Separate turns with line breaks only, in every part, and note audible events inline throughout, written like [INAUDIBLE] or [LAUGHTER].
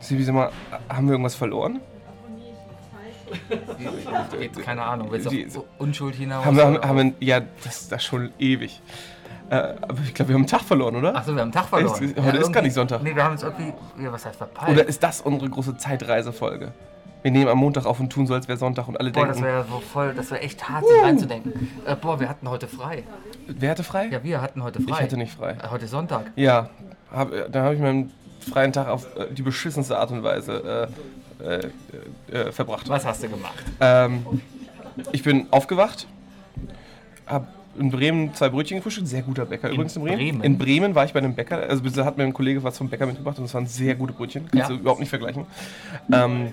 Sie sag mal, haben wir irgendwas verloren?
Jetzt, keine Ahnung, willst
Die-
du auf Unschuld hinaus?
Äh, Haben wir, haben,
oder-
haben wir, ja, das ist das schon ewig. Äh, aber ich glaube, wir haben einen Tag verloren, oder?
Achso, wir haben einen Tag verloren.
Echt? Heute
Ja,
ist gar
irgendwie-
nicht Sonntag.
Nee, wir haben uns irgendwie, ja, was heißt verpeilt?
Oder ist das unsere große Zeitreisefolge? Wir nehmen am Montag auf und tun so, als wäre Sonntag und alle
boah, das
denken,
wäre so voll, das wäre echt hart, sich reinzudenken. Äh, boah, wir hatten heute frei.
wer hatte frei?
Ja, wir hatten heute frei.
ich hatte nicht frei.
Äh, Heute ist Sonntag.
Ja, hab, dann habe ich meinen freien Tag auf äh, die beschissenste Art und Weise äh, äh, äh, verbracht.
Was hast du gemacht?
Ähm, ich bin aufgewacht, habe in Bremen zwei Brötchen gefrühstückt, sehr guter Bäcker übrigens in Bremen.
Bremen?
In Bremen war ich bei einem Bäcker, also da hat mir ein Kollege was vom Bäcker mitgebracht und es waren sehr gute Brötchen, kannst
Ja.
du überhaupt nicht vergleichen. Ähm,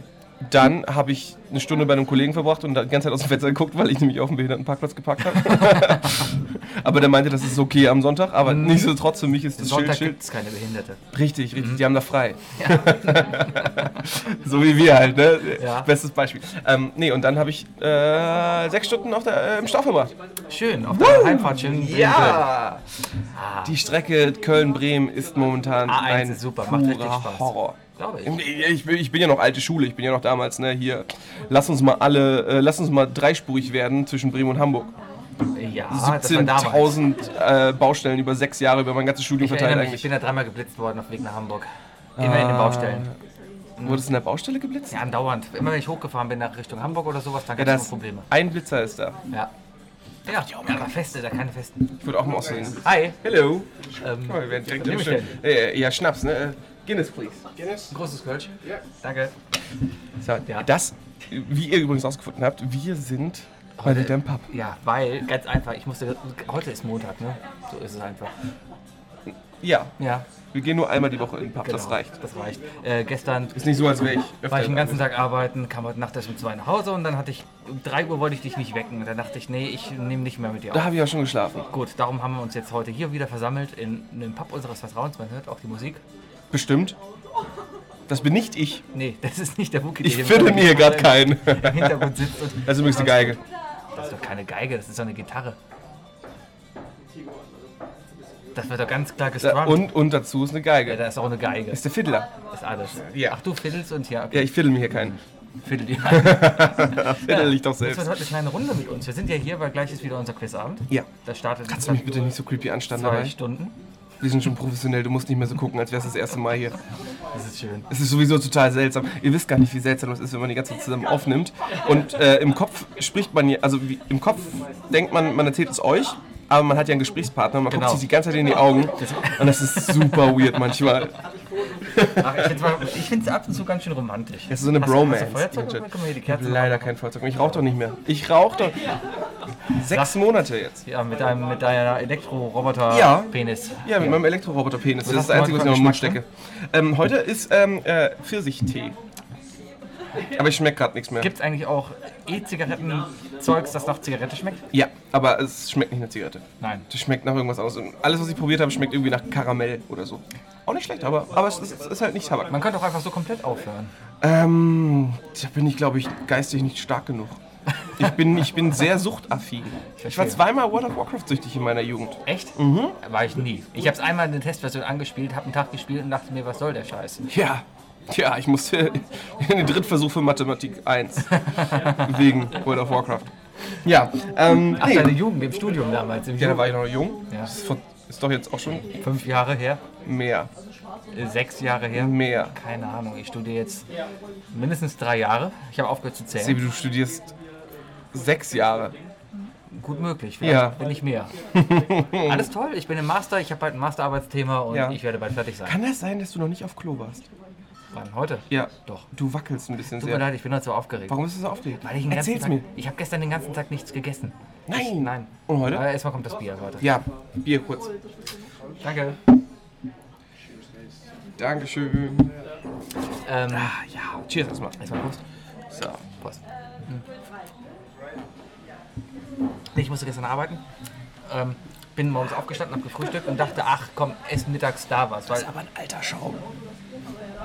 dann habe ich eine Stunde bei einem Kollegen verbracht und da die ganze Zeit aus dem Fenster geguckt, weil ich nämlich auf dem Behindertenparkplatz geparkt habe.
[LAUGHS]
aber der meinte, das ist okay am Sonntag, aber nichtsdestotrotz für mich ist das Schild,
Mhm. Sonntag
Schild.
gibt es keine Behinderte.
Richtig,
Mhm.
richtig, die haben da frei. [LAUGHS] so wie wir halt, ne?
Ja.
Bestes Beispiel. Ähm, nee, und dann habe ich äh, sechs Stunden auf der, äh, im Stau verbracht.
Schön, auf der Heimfahrt schön.
Ja! Die Strecke Köln-Bremen ist momentan
A1
ein
Ah. ist super, macht
purer
richtig Spaß.
Horror.
Glaube ich.
Ich bin, ich bin ja noch alte Schule, ich bin ja noch damals, ne, hier, lass uns mal alle, äh, lass uns mal dreispurig werden zwischen Bremen und Hamburg.
Ja, Ah, das war damals.
17.000 äh, Baustellen über sechs Jahre, über mein ganzes Studium
Ich
verteilt
erinnere mich, ich
eigentlich.
bin da dreimal geblitzt worden auf dem Weg nach Hamburg. Immer in den
Ah.
Baustellen.
Wurde es in der Baustelle geblitzt?
Ja, andauernd. Immer wenn ich hochgefahren bin nach Richtung Hamburg oder sowas, dann
Ja,
gab es
das,
immer Probleme.
ein Blitzer ist da.
Ja. Ja, aber Feste, da keine Festen.
Ich würde auch mal aussehen.
Hi.
Hello.
Ähm,
Oh, wir werden direkt
Nimm ich
schön- äh, ja, Schnaps, ne? Äh, Guinness, please.
ein großes Kölsch. Danke.
So,
Ja.
Das, wie ihr übrigens rausgefunden habt, wir sind
Oh,
mal wieder im Pub.
Ja, weil, ganz einfach, ich musste. Heute ist Montag, ne? So ist es einfach.
Ja,
Ja.
wir gehen nur einmal die Woche in den Pub, das
genau,
reicht.
Das reicht. Äh, gestern
Ist nicht so, als wäre ich öfter
war ich den
da.
ganzen Tag arbeiten, kam heute Nacht erst um zwei nach Hause und dann hatte ich. Um 3 Uhr wollte ich dich nicht wecken. Und dann dachte ich, nee, ich nehme nicht mehr mit dir
Da
auf.
habe ich ja schon geschlafen.
Gut, darum haben wir uns jetzt heute hier wieder versammelt in einem Pub unseres Vertrauens. Man hört auch die Musik.
Bestimmt. Das bin nicht ich.
Nee, [LAUGHS] das ist nicht der Wookie,
Ich
der
finde mir hier gerade keinen. Also
im Hintergrund sitzt. Und
[LAUGHS] Das ist übrigens die Geige.
das ist doch keine Geige, das ist doch eine Gitarre. Das wird doch ganz klar
Da,
gestrummt.
und, und dazu ist eine
Ja,
Geige.
da ist auch eine Geige.
Das ist der Fiddler.
Das ist alles.
Ja.
Ach, du fiddelst und ja, okay.
Ja, ich fiddle mir hier keinen.
[LAUGHS] fiddel ja.
Fiddle ich doch
Das wird
selbst.
heute eine kleine Runde mit uns. Wir sind ja hier, weil gleich ist wieder unser Quizabend.
Ja.
Das startet
Kannst du
in
mich bitte nicht so creepy anstanden
zwei
dabei?
Stunden.
Wir sind schon professionell, du musst nicht mehr so gucken, als wär's das erste Mal hier.
Das ist schön.
Es ist sowieso total seltsam. Ihr wisst gar nicht, wie seltsam das ist, wenn man die ganze Zeit zusammen aufnimmt. Und äh, im Kopf spricht man, hier- also wie, im Kopf denkt man, man erzählt es euch, aber man hat ja einen Gesprächspartner, man
Genau.
guckt sich die ganze Zeit in die Augen. Und das ist super weird manchmal.
Ach, ich find's mal- ich finde es ab und zu ganz schön romantisch.
Es ist so eine
hast,
Bromance.
Hast du Feuerzeug mitgebracht? Können wir hier die
Ich habe
Kerzen
leider kein Feuerzeug mehr. Ich rauche doch nicht mehr. Ich rauche doch. Sechs Monate jetzt.
Ja, mit deinem mit deiner
Ja.
Elektroroboter-Penis.
Ja, mit meinem Elektroroboter-Penis. Das
hast
ist das
du
Einzige, was ich
heute
noch im Mund
Geschmack,
stecke. Ähm, heute ist ähm, äh, Pfirsichtee. Aber ich schmecke gerade nichts mehr.
Mhm. Gibt es eigentlich auch E-Zigaretten-Zeugs, das nach Zigarette schmeckt?
Ja, aber es schmeckt nicht nach Zigarette.
Nein.
Das schmeckt nach irgendwas anderes. Und Alles, was ich probiert habe, schmeckt irgendwie nach Karamell oder so. Auch nicht schlecht, aber, aber es ist, es ist halt nicht Tabak.
Man könnte auch einfach so komplett aufhören.
Ähm, da bin ich, glaube ich, geistig nicht stark genug. Ich bin, ich bin sehr suchtaffin. Ich war zweimal World of Warcraft süchtig in meiner Jugend.
Echt?
Mhm.
War ich nie. Ich habe es einmal in der Testversion angespielt, habe einen Tag gespielt und dachte mir, was soll der Scheiß?
Ja, ja, ich musste [LAUGHS] in den Drittversuch für Mathematik
[LAUGHS]
1. wegen World of Warcraft. Ja, ähm,
Ach,
nee.
deine Jugend im Studium damals. Im
ja, da
Jugend.
war ich noch jung.
Ja.
Das ist, vor, ist doch jetzt auch schon
Fünf Jahre her?
mehr,
Äh, Sechs Jahre her?
mehr.
Keine Ahnung. Ich studiere jetzt mindestens drei Jahre. Ich habe aufgehört zu zählen.
Sebi, du studierst sechs Jahre.
Gut möglich.
Ja.
Vielleicht bin
[LAUGHS]
ich mehr. Alles toll. Ich bin im Master. Ich habe bald ein Masterarbeitsthema und
Ja.
ich werde bald fertig sein.
Kann das sein, dass du noch nicht auf Klo warst?
Wann? Heute?
Ja.
Doch.
Du wackelst ein bisschen
Tut mir
sehr.
leid, ich bin heute so aufgeregt.
Warum bist du so aufgeregt?
Weil ich den ganzen
Erzähl's
Tag,
mir.
Ich habe gestern den ganzen Tag nichts gegessen.
Nein.
Nein.
Und heute?
Aber erstmal kommt das Bier Leute.
Ja, Bier kurz.
Danke.
Dankeschön.
Ähm,
Ah ja, cheers erstmal.
erstmal Prost.
So.
Prost. Nee, ich musste gestern arbeiten. Ähm, bin morgens aufgestanden, habe gefrühstückt und dachte, ach komm, ess mittags da was. Weil
Aber ein alter Schaum.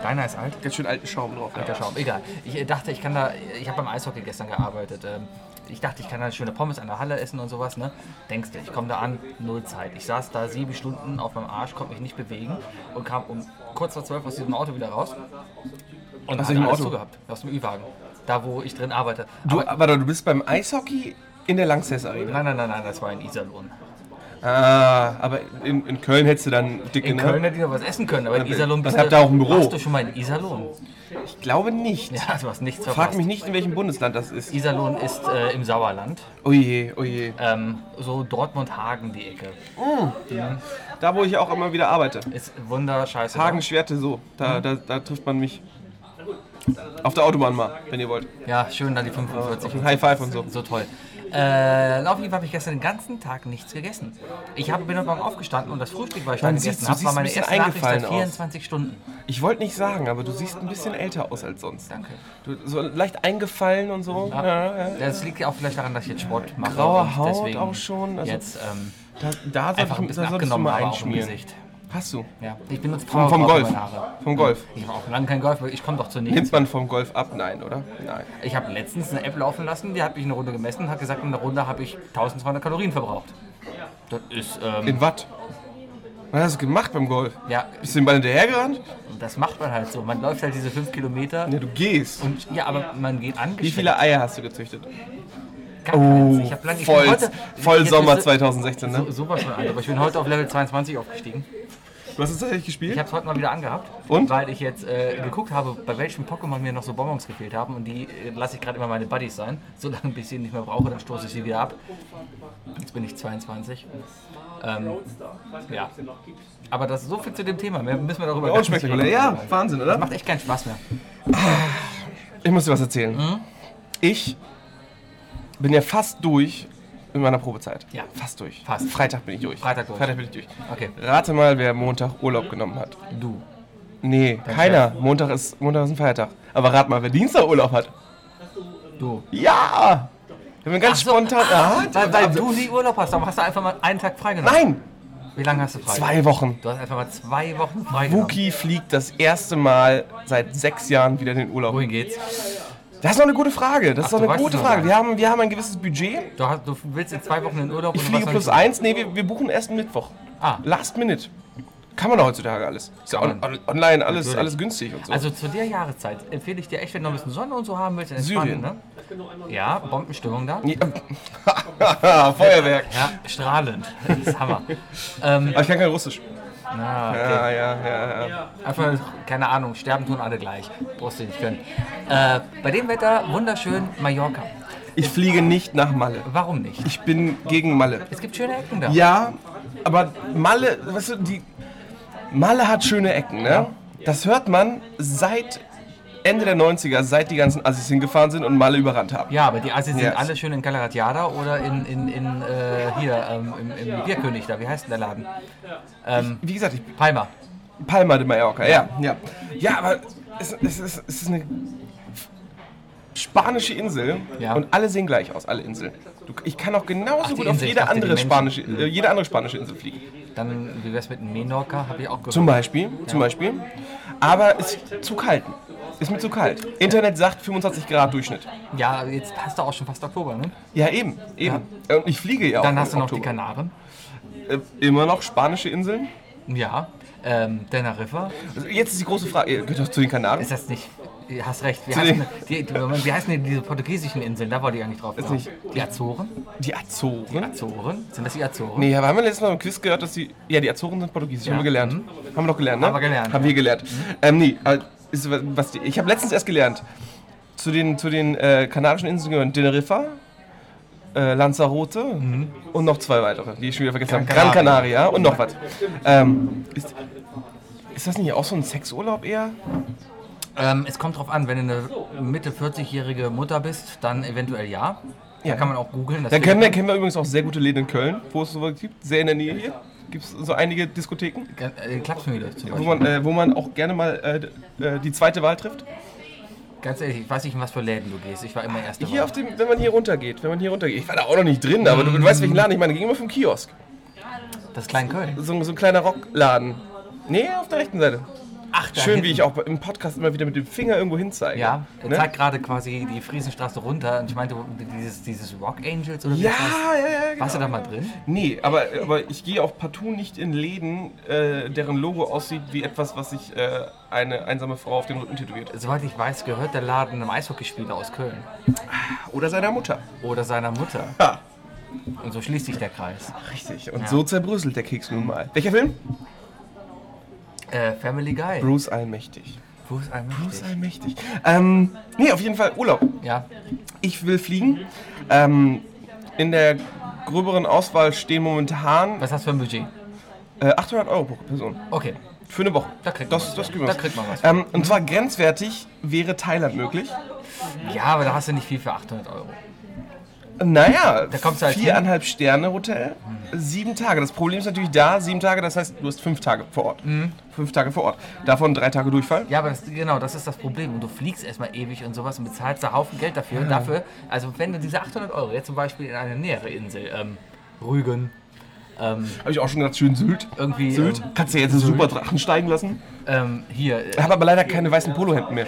deiner ist alt.
Ganz schön alten Schaum drauf.
Der
Ja.
Schaum, egal. Ich äh, dachte, ich kann da, ich habe beim Eishockey gestern gearbeitet. Ähm, ich dachte, ich kann da eine schöne Pommes an der Halle essen und sowas, ne? Denkst du, ich komme da an, null Zeit. Ich saß da sieben Stunden auf meinem Arsch, konnte mich nicht bewegen und kam um kurz vor zwölf aus diesem Auto wieder raus. Und
Hast
Hast
du
hatte
im
alles
Auto?
so gehabt, aus dem Ü-Wagen. Da, wo ich drin arbeite.
Du,
Aber,
warte, du bist beim Eishockey in der Lanxess Arena.
nein, nein, nein, nein, das war in Iserlohn.
Ah, aber in, in Köln hättest du dann dicke,
In
ne?
Köln hätte ich noch was essen können, aber in
Ja,
Iserlohn
das
bist du-
habt ihr auch im Büro.
Warst du schon mal in Iserlohn?
Ich glaube nicht.
Ja, [LAUGHS] du hast nichts verpasst.
Frag mich nicht, in welchem Bundesland das ist.
Iserlohn ist äh, im Sauerland,
Oje, oje.
ähm, so Dortmund-Hagen die Ecke.
Da, wo ich auch immer wieder arbeite.
Ist wunderscheiße.
Hagen Schwerte, so. Da, da, da trifft man mich. Auf der Autobahn mal, wenn ihr wollt.
Ja, schön dann die 45.
High Five und so.
So toll. Äh, auf jeden Fall habe ich gestern den ganzen Tag nichts gegessen. Ich habe, bin heute Morgen aufgestanden und das Frühstück, was ich
Man
dann
sieht,
gegessen
du
habe, war
siehst ein bisschen
meine erste Nachricht seit
eingefallen aus.
24 Stunden.
Ich wollte nicht sagen, aber du siehst ein bisschen älter aus als sonst.
Danke.
Du, so leicht eingefallen und so. Ja. Ja,
Das liegt ja auch vielleicht daran, dass ich jetzt Sport mache.
Graue
und
Haut
deswegen
auch schon, also-
jetzt ähm,
Da, da sollte
einfach ein
ich, da
bisschen
solltest du
abgenommen,
mal
aber auch im
einschmieren.
Gesicht.
Hast du?
Ja, ich benutze
Vom, vom
Powerpop für
Golf.
meine Haare.
Vom Golf.
Ich habe auch lange kein Golf, ich komme doch zu nichts.
Nimmt man vom Golf ab? Nein, oder? Nein.
Ich habe letztens eine App laufen lassen, die hat mich eine Runde gemessen und hat gesagt, in der Runde habe ich 1200 Kalorien verbraucht. Das ist, ähm,
In Watt. Was hast du gemacht beim Golf?
ja,
Bist du den Ball hinterhergerannt?
das macht man halt so. Man läuft halt diese 5 Kilometer.
Ja, du gehst.
Und, ja, aber man geht
Wie
angeschickt.
viele Eier hast du gezüchtet?
Gar keins. ich hab lange, ich bin
voll,
heute,
voll
jetzt
Sommer
bist du-
2016, ne?
So, sowas von an, aber ich bin heute auf Level 22 aufgestiegen.
Du hast es tatsächlich gespielt?
Ich habe es heute mal wieder angehabt.
Und?
Weil ich jetzt äh, geguckt habe, bei welchen Pokémon mir noch so Bonbons gefehlt haben. Und die äh, lasse ich gerade immer meine Buddies sein. [LAUGHS] Solange bis ich sie nicht mehr brauche, dann stoße ich sie wieder ab. Jetzt bin ich 22. Ähm, ja. Aber das ist so viel zu dem Thema. Mehr müssen wir darüber gar nicht
Unspektakulär.
reden.
Oh, Ja, Wahnsinn,
Das
oder?
macht echt keinen Spaß mehr.
Ich muss dir was erzählen.
Hm?
Ich bin ja fast durch mit meiner Probezeit.
Ja.
Fast durch.
Fast.
Freitag bin ich durch.
Freitag durch.
Freitag bin ich durch.
Okay,
Rate mal, wer Montag Urlaub genommen hat.
du.
Nee, keiner. Montag ist, Montag ist ein Feiertag. Aber rat mal, wer Dienstag Urlaub hat.
Du.
Ja! Wir haben ganz
Ach so.
spontan. Ah,
Weil, weil du nie Urlaub hast, aber hast du einfach mal einen Tag freigenommen.
nein!
Wie lange hast du frei?
Zwei Wochen.
Du hast einfach mal zwei Wochen freigenommen.
Wookie fliegt das erste Mal seit sechs Jahren wieder in den Urlaub.
Wohin geht's?
Das ist noch eine gute Frage. Das ist noch
Ach, du
eine
weißt
gute
es noch
Frage.
gar
Wir haben, wir haben ein gewisses Budget.
Du, hast, du willst in zwei Wochen in den Urlaub
Ich
und du
fliege
weißt
plus
noch nicht,
eins. Nee, wir, wir buchen erst Mittwoch.
Ah.
Last Minute. Kann man doch heutzutage alles. Ist ja on,
Kann man.
on, online alles,
Natürlich.
alles günstig und so.
Also zu der Jahreszeit empfehle ich dir echt, wenn du ein bisschen Sonne und so haben willst,
Syrien.
entspannen, ne? Ja, Bombenstimmung da.
Ja. [LAUGHS] Feuerwerk.
Ja, strahlend. Das ist Hammer. ähm,
Aber ich kann kein Russisch.
na,
Ja, ja, ja, ja.
Einfach, keine Ahnung, sterben tun alle gleich. Brauchst du nicht können. Äh, bei dem Wetter wunderschön Mallorca.
Ich fliege nicht nach Malle.
Warum nicht?
Ich bin gegen Malle.
Es gibt schöne Ecken da.
Ja, aber Malle, weißt du, die Malle hat schöne Ecken, ne? Das hört man seit Ende der 90er, seit die ganzen Assis hingefahren sind und Malle überrannt haben.
Ja, aber die Assis
Yes.
sind alle schön in Calaratiada oder in, in, in äh, hier, ähm, im, im Bierkönig da. Wie heißt denn der Laden? Ähm,
Wie gesagt, ich
Palma.
Palma de Mallorca, ja, ja. Ja, aber es, es, ist, es ist eine spanische Insel
Ja.
und alle sehen gleich aus, alle Inseln. Du, ich kann auch genauso
die
gut auf
Insel, ich
jede
dachte, die
andere,
Menschen. Hm.
spanische, äh, jede andere spanische Insel fliegen.
Dann, wie wär's mit Menorca? Habe ich auch gehört.
Zum Beispiel, zum Beispiel. Aber ist zu kalt. Ist mir zu kalt. Internet sagt 25 Grad Durchschnitt.
Ja, jetzt hast du auch schon fast Oktober, ne?
Ja, eben, eben. Und ich fliege ja auch.
Dann
im
hast du noch die
Oktober.
Kanaren.
Äh, immer noch spanische Inseln.
Ja. Ähm, Teneriffa.
Also jetzt ist die große Frage, ihr gehört doch zu den Kanaren.
Ist
Ist
das nicht. Du hast recht. Wie
Zu
heißen, die, die, wie heißen denn diese portugiesischen Inseln? Da wollte ich eigentlich drauf. kommen.
nicht-
Die Azoren?
die Azoren?
Azoren? Sind das die Azoren?
Nee, aber haben wir letztes Mal im Quiz gehört, dass die. Ja, die Azoren sind portugiesisch. Haben wir gelernt. Haben wir doch gelernt, ne?
Mhm. Haben wir gelernt, Mhm.
Haben
ja.
wir gelernt. Ähm, nee, aber ist, was- was die, ich habe letztens erst gelernt. Zu den, zu den äh, kanarischen Inseln gehören Teneriffa, äh, Lanzarote und noch zwei weitere, die ich schon wieder vergessen habe.
Mhm. Gran
Gran
Canaria.
Canaria und noch was. Ähm, ist, ist das nicht auch so ein Sexurlaub eher?
Ähm, es kommt drauf an, wenn du eine Mitte 40-jährige Mutter bist, dann eventuell ja.
Ja.
Da kann man auch googeln. das
Dann
findet
kennen wir, kennen wir übrigens auch sehr gute Läden in Köln, wo es sowas gibt. Sehr in der Nähe hier. Gibt es so einige Diskotheken,
Äh, Klapsmühle zum
wo
Beispiel.
man, äh, wo man auch gerne mal äh, d- äh, die zweite Wahl trifft.
Ganz ehrlich, ich weiß nicht, in was für Läden du gehst. Ich war immer erste
Hier
Wahl.
auf dem, wenn man hier runtergeht, wenn man hier runtergeht. Ich war da auch noch nicht drin, aber du, du weißt welchen Laden ich meine. Ging immer vom Kiosk.
Das Klein Köln.
So, ein- so ein kleiner Rockladen. Nee, auf der rechten Seite.
Ach, da
Schön,
hinten.
wie ich auch im Podcast immer wieder mit dem Finger irgendwo hinzeige.
Ja, er
ne?
zeigt gerade quasi die Friesenstraße runter und ich meinte, dieses, dieses Rock Angels oder wie
ja,
das heißt.
ja, ja. Genau.
Warst du da mal drin?
Nee, aber, aber ich gehe auch partout nicht in Läden, äh, deren Logo aussieht wie etwas, was sich äh, eine einsame Frau auf den Rücken tätowiert.
Soweit ich weiß, gehört der Laden einem Eishockeyspieler aus Köln.
Oder seiner Mutter.
Oder seiner Mutter.
Ha.
Und so schließt sich der Kreis.
Richtig. Und so zerbröselt der Keks nun mal. Welcher Film?
Äh, Family Guy.
Bruce Allmächtig.
Bruce
Bruce
Allmächtig.
Allmächtig. Ähm, nee, auf jeden Fall Urlaub.
Ja,
Ich will fliegen. Ähm, in der gröberen Auswahl stehen momentan
was hast du für ein Budget?
äh, 800 Euro pro Person.
Okay,
Für eine Woche.
da kriegt
Das,
man was.
das
für.
kriegen wir.
da kriegt man was. für.
Ähm, und zwar grenzwertig wäre Thailand möglich.
Ja, aber da hast du nicht viel für 800 Euro.
Naja,
Da kommst du halt
viereinhalb Sterne Hotel, sieben Tage. Das Problem ist natürlich da, sieben Tage, das heißt, du hast fünf Tage vor Ort.
Mhm.
Fünf Tage vor Ort. Davon drei Tage Durchfall.
Ja, aber das, genau, das ist das Problem. Und du fliegst erstmal ewig und sowas und bezahlst da Haufen Geld dafür. Dafür, also wenn du diese 800 Euro jetzt zum Beispiel in eine nähere Insel, ähm, Rügen, ähm,
Habe ich auch schon gedacht, schön Sylt.
irgendwie
Sylt.
ähm,
Kannst du jetzt einen super Drachen steigen lassen.
ähm, hier,
Ich
äh,
habe aber leider keine weißen Polohemden mehr.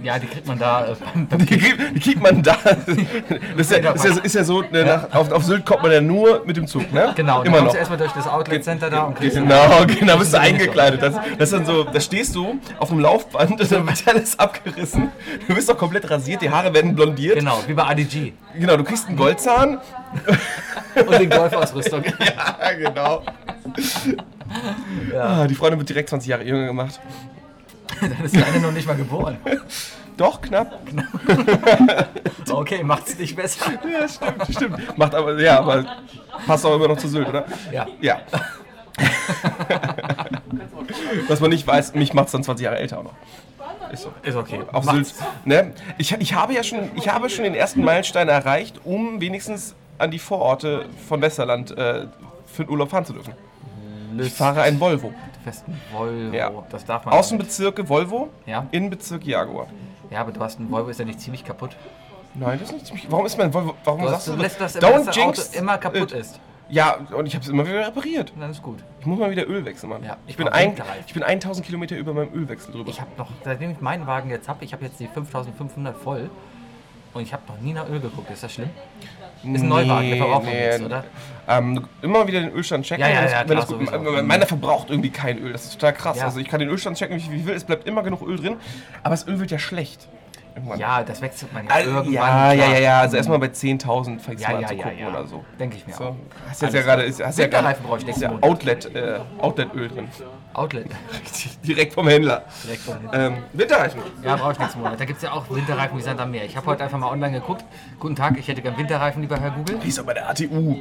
ja, die kriegt man
[LAUGHS]
da. Äh, [LAUGHS] beim- beim-
Die kriegt, die kriegt man da. Das ist ja, ist ja, ist ja so, ne, nach, auf, auf Sylt kommt man ja nur mit dem Zug, ne?
genau, dann
immer
kommst
noch.
du erstmal durch das Outlet Center da und kriegst
Genau, genau, bist du eingekleidet. Das, das ist dann so, da stehst du auf einem Laufband und dann wird alles abgerissen. Du bist doch komplett rasiert, die Haare werden blondiert.
Genau, wie bei ADG.
Genau, du kriegst einen Goldzahn.
Und den Golfausrüstung. [LAUGHS]
ja, [LAUGHS] genau. Ah, die Freundin wird direkt 20 Jahre jünger gemacht.
Dann ist deine noch nicht mal geboren.
Doch, knapp.
Okay, macht's nicht besser.
Ja, stimmt, stimmt. Macht aber, ja, aber passt auch immer noch zu Sylt, oder?
Ja.
Ja. Was man nicht weiß, mich macht es dann 20 Jahre älter auch noch. Ist so.
Ist okay.
Auf Sylt. Ne? Ich, ich habe ja schon, ich habe schon den ersten Meilenstein erreicht, um wenigstens an die Vororte von Westerland äh, für den Urlaub fahren zu dürfen. Ich fahre ein Volvo.
festen Volvo.
Ja.
Das darf man.
Außenbezirke Volvo,
Ja.
Innenbezirk Jaguar.
Ja, aber du hast einen Volvo, ist ja nicht ziemlich kaputt.
Nein, das ist nicht ziemlich. Warum ist mein Volvo. Warum
Du, hast,
sagst
du
du
lässt das immer, dass
Don't
das
jinx.
Auto immer kaputt
Äh,
ist.
Ja, und ich habe es immer wieder repariert.
Und dann ist gut.
Ich muss mal wieder Öl wechseln, Mann.
Ja,
ich,
ich
bin
mach
ein,
Winterreifen.
ich bin 1000 Kilometer über meinem Ölwechsel drüber.
Ich habe noch, seitdem ich meinen Wagen jetzt habe, ich habe jetzt die 5500 voll. Und ich habe noch nie nach Öl geguckt. Ist das schlimm? Ist ein Neuwagen, der verbraucht nee, nichts, oder?
Ähm, immer wieder den Ölstand checken.
Ja, ja,
wenn das-
ja,
wenn
klar,
das gut,
sowieso. Mhm.
me- meiner verbraucht irgendwie kein Öl. Das ist total krass.
Ja.
Also ich kann den Ölstand checken, wie ich wie ich will. Es bleibt immer genug Öl drin. Aber das Öl wird ja schlecht. Irgendwann.
Ja, das wechselt man ja
Also,
irgendwann.
ja, ja,
klar.
ja, ja. Also erstmal bei 10.000 fängst du
Ja,
mal an
ja,
zu
ja,
gucken
ja.
oder so.
Denke ich mir
so.
auch.
Hast jetzt ja gerade, ist, hast ja gerade
Winterreifen brauche ich
ist
nächsten
ja
Monat.
Outlet, äh, Outlet-Öl drin. [LAUGHS]
Outlet.
Direkt vom Händler.
Direkt von hinten.
Ähm, Winterreifen.
Ja, brauche ich nächsten Monat. Da gibt es ja auch Winterreifen wie Sand am Meer. Ich habe heute einfach mal online geguckt. Guten Tag, ich hätte gern Winterreifen, lieber Herr Google.
Die ist aber der ATU.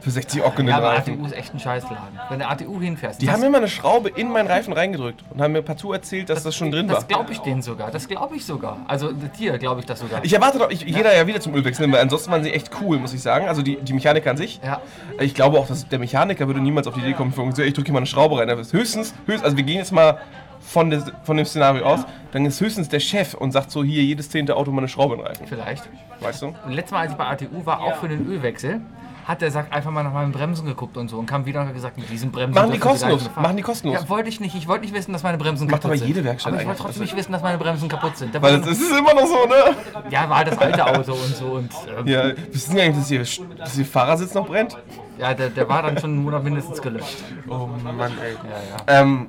Für 60 Ocken in den
Ja, aber
Reifen.
ATU ist echt ein Scheißladen. Wenn der ATU hinfährst,
Die
das,
haben mir mal eine Schraube in meinen Reifen reingedrückt und haben mir partout erzählt, dass das schon drin war.
das glaube ich denen sogar. Das glaube ich sogar. Also dir glaube ich das sogar.
Ich erwarte doch, ich gehe da ja wieder zum Ölwechseln, weil ansonsten waren sie echt cool, muss ich sagen. Also die, die Mechaniker an sich.
ja.
Ich glaube auch, dass der Mechaniker würde niemals auf die Idee kommen, für uns, ich drücke hier mal eine Schraube rein. Aber es ist Höchstens, höchstens, also wir gehen jetzt mal von, des, von dem Szenario aus, dann ist höchstens der Chef und sagt so, hier jedes zehnte Auto mal eine Schraube in den Reifen.
Vielleicht.
Weißt du?
Und letztes Mal, als ich bei ATU war, auch für den Ölwechsel, hat der Sack einfach mal nach meinen Bremsen geguckt und so und kam wieder und hat gesagt, mit diesen Bremsen.
Machen die
dürfen Sie gar nicht
kostenlos,
fahren.
machen die kostenlos.
Ja, wollte ich nicht. Ich wollte nicht wissen, dass meine Bremsen
Macht
kaputt
aber
sind.
jede Werkstatt
Aber ich wollte
eigentlich.
trotzdem nicht wissen, dass meine Bremsen kaputt sind. Da
Weil
war
das
so-
Also ist immer noch so, ne?
ja, war das alte Auto und so. Und, ähm,
Ja, wissen Sie eigentlich, dass Ihr, dass ihr Fahrersitz noch brennt?
ja, der, der war dann schon einen Monat mindestens gelöscht.
Oh Mann, ey.
Ja, ja.
Ähm,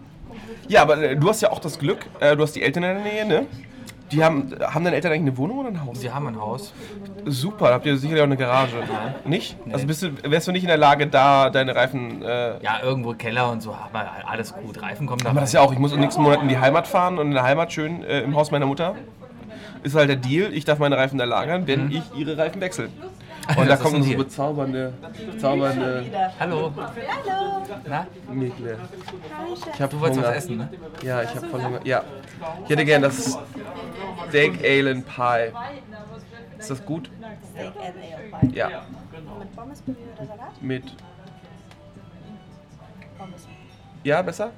ja, aber äh, du hast ja auch das Glück, äh, du hast die Eltern in der Nähe, ne? Die haben, haben deine Eltern eigentlich eine Wohnung oder ein Haus?
Sie haben ein Haus.
Super, da habt ihr sicherlich auch eine Garage. Nicht? Also bist du, wärst du nicht in der Lage, da deine Reifen. Äh,
Ja, irgendwo Keller und so. Aber alles gut. Reifen kommen da
aber
rein.
das ist ja auch, ich muss im nächsten Monat in die Heimat fahren und in der Heimat schön äh, im Haus meiner Mutter. Ist halt der Deal, ich darf meine Reifen da lagern, wenn ich ihre Reifen wechsle. Und da
Mhm. Das ist
kommt
ein
so
Deal.
bezaubernde, bezaubernde
Hallo. Na,
Mädle. Ich hab
du wolltest was essen, ne?
Ja, ich habe voll Hunger. Ja. Ich hätte gern das Steak Alien Pie. Ist das gut?
Steak and Ale Pie.
Ja.
Mit Pommes Püree oder Salat?
Mit.
Pommes.
Ja, besser?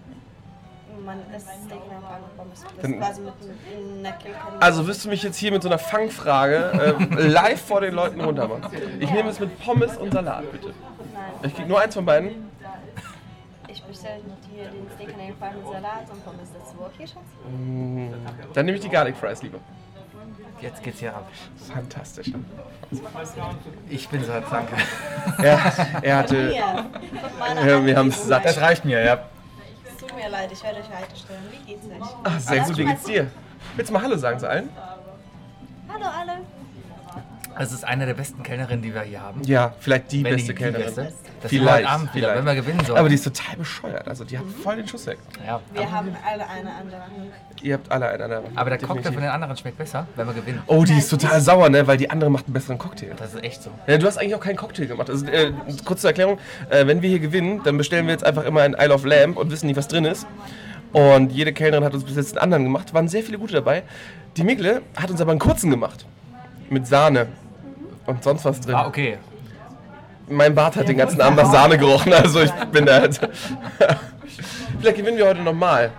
Man isst Steak and Ale Pie mit Pommes Püree.
Dann-
Das war so mit einer Kälte.
Also wirst du mich jetzt hier mit so einer Fangfrage [LAUGHS] äh, live vor den Leuten runtermachen. Ich nehme es mit Pommes und Salat, bitte.
Nein.
Ich krieg nur eins von beiden.
Ich bestelle dir den Steak and Ale Pie mit Salat und Pommes dazu. Okay, Schatz?
Dann nehme ich die Garlic Fries lieber.
Jetzt geht's hier ab.
Fantastisch.
Ich bin satt, danke.
Er, er hatte.
Hier, von meiner
Ja,
Hand
wir haben's
gegeben.
satt.
Das reicht mir, ja.
Es Tut mir leid, ich werde euch heute stellen. Wie geht's euch?
Ach, Ah, sehr gut, wie geht's dir? Willst du mal Hallo sagen zu allen?
Hallo alle.
Das ist eine der besten Kellnerinnen, die wir hier haben.
Ja, vielleicht die
Wenn
beste
die
Kellnerin.
Beste. Das
Vielleicht,
vielleicht, heute Abend wieder,
vielleicht.
wenn wir gewinnen sollen.
Aber die ist total bescheuert. Also, die hat voll den Schuss weg.
ja.
Wir haben alle eine andere Hand.
Ihr habt alle einen anderen.
Aber der
Definitiv.
Cocktail von den anderen schmeckt besser, wenn wir gewinnen.
Oh, die ist total sauer, ne? Weil die andere macht einen besseren Cocktail.
Das ist echt so.
Ja, Äh, du hast eigentlich auch keinen Cocktail gemacht. Also, äh, kurze Erklärung: äh, Wenn wir hier gewinnen, dann bestellen wir jetzt einfach immer ein Isle of Lamb und wissen nicht, was drin ist. Und jede Kellnerin hat uns bis jetzt einen anderen gemacht. Waren sehr viele gute dabei. Die Migle hat uns aber einen kurzen gemacht. Mit Sahne. Und sonst was drin.
Ah, okay.
Mein Bart hat den ganzen Abend nach Sahne gerochen, also ich bin da. Halt [LAUGHS] Vielleicht gewinnen wir heute nochmal.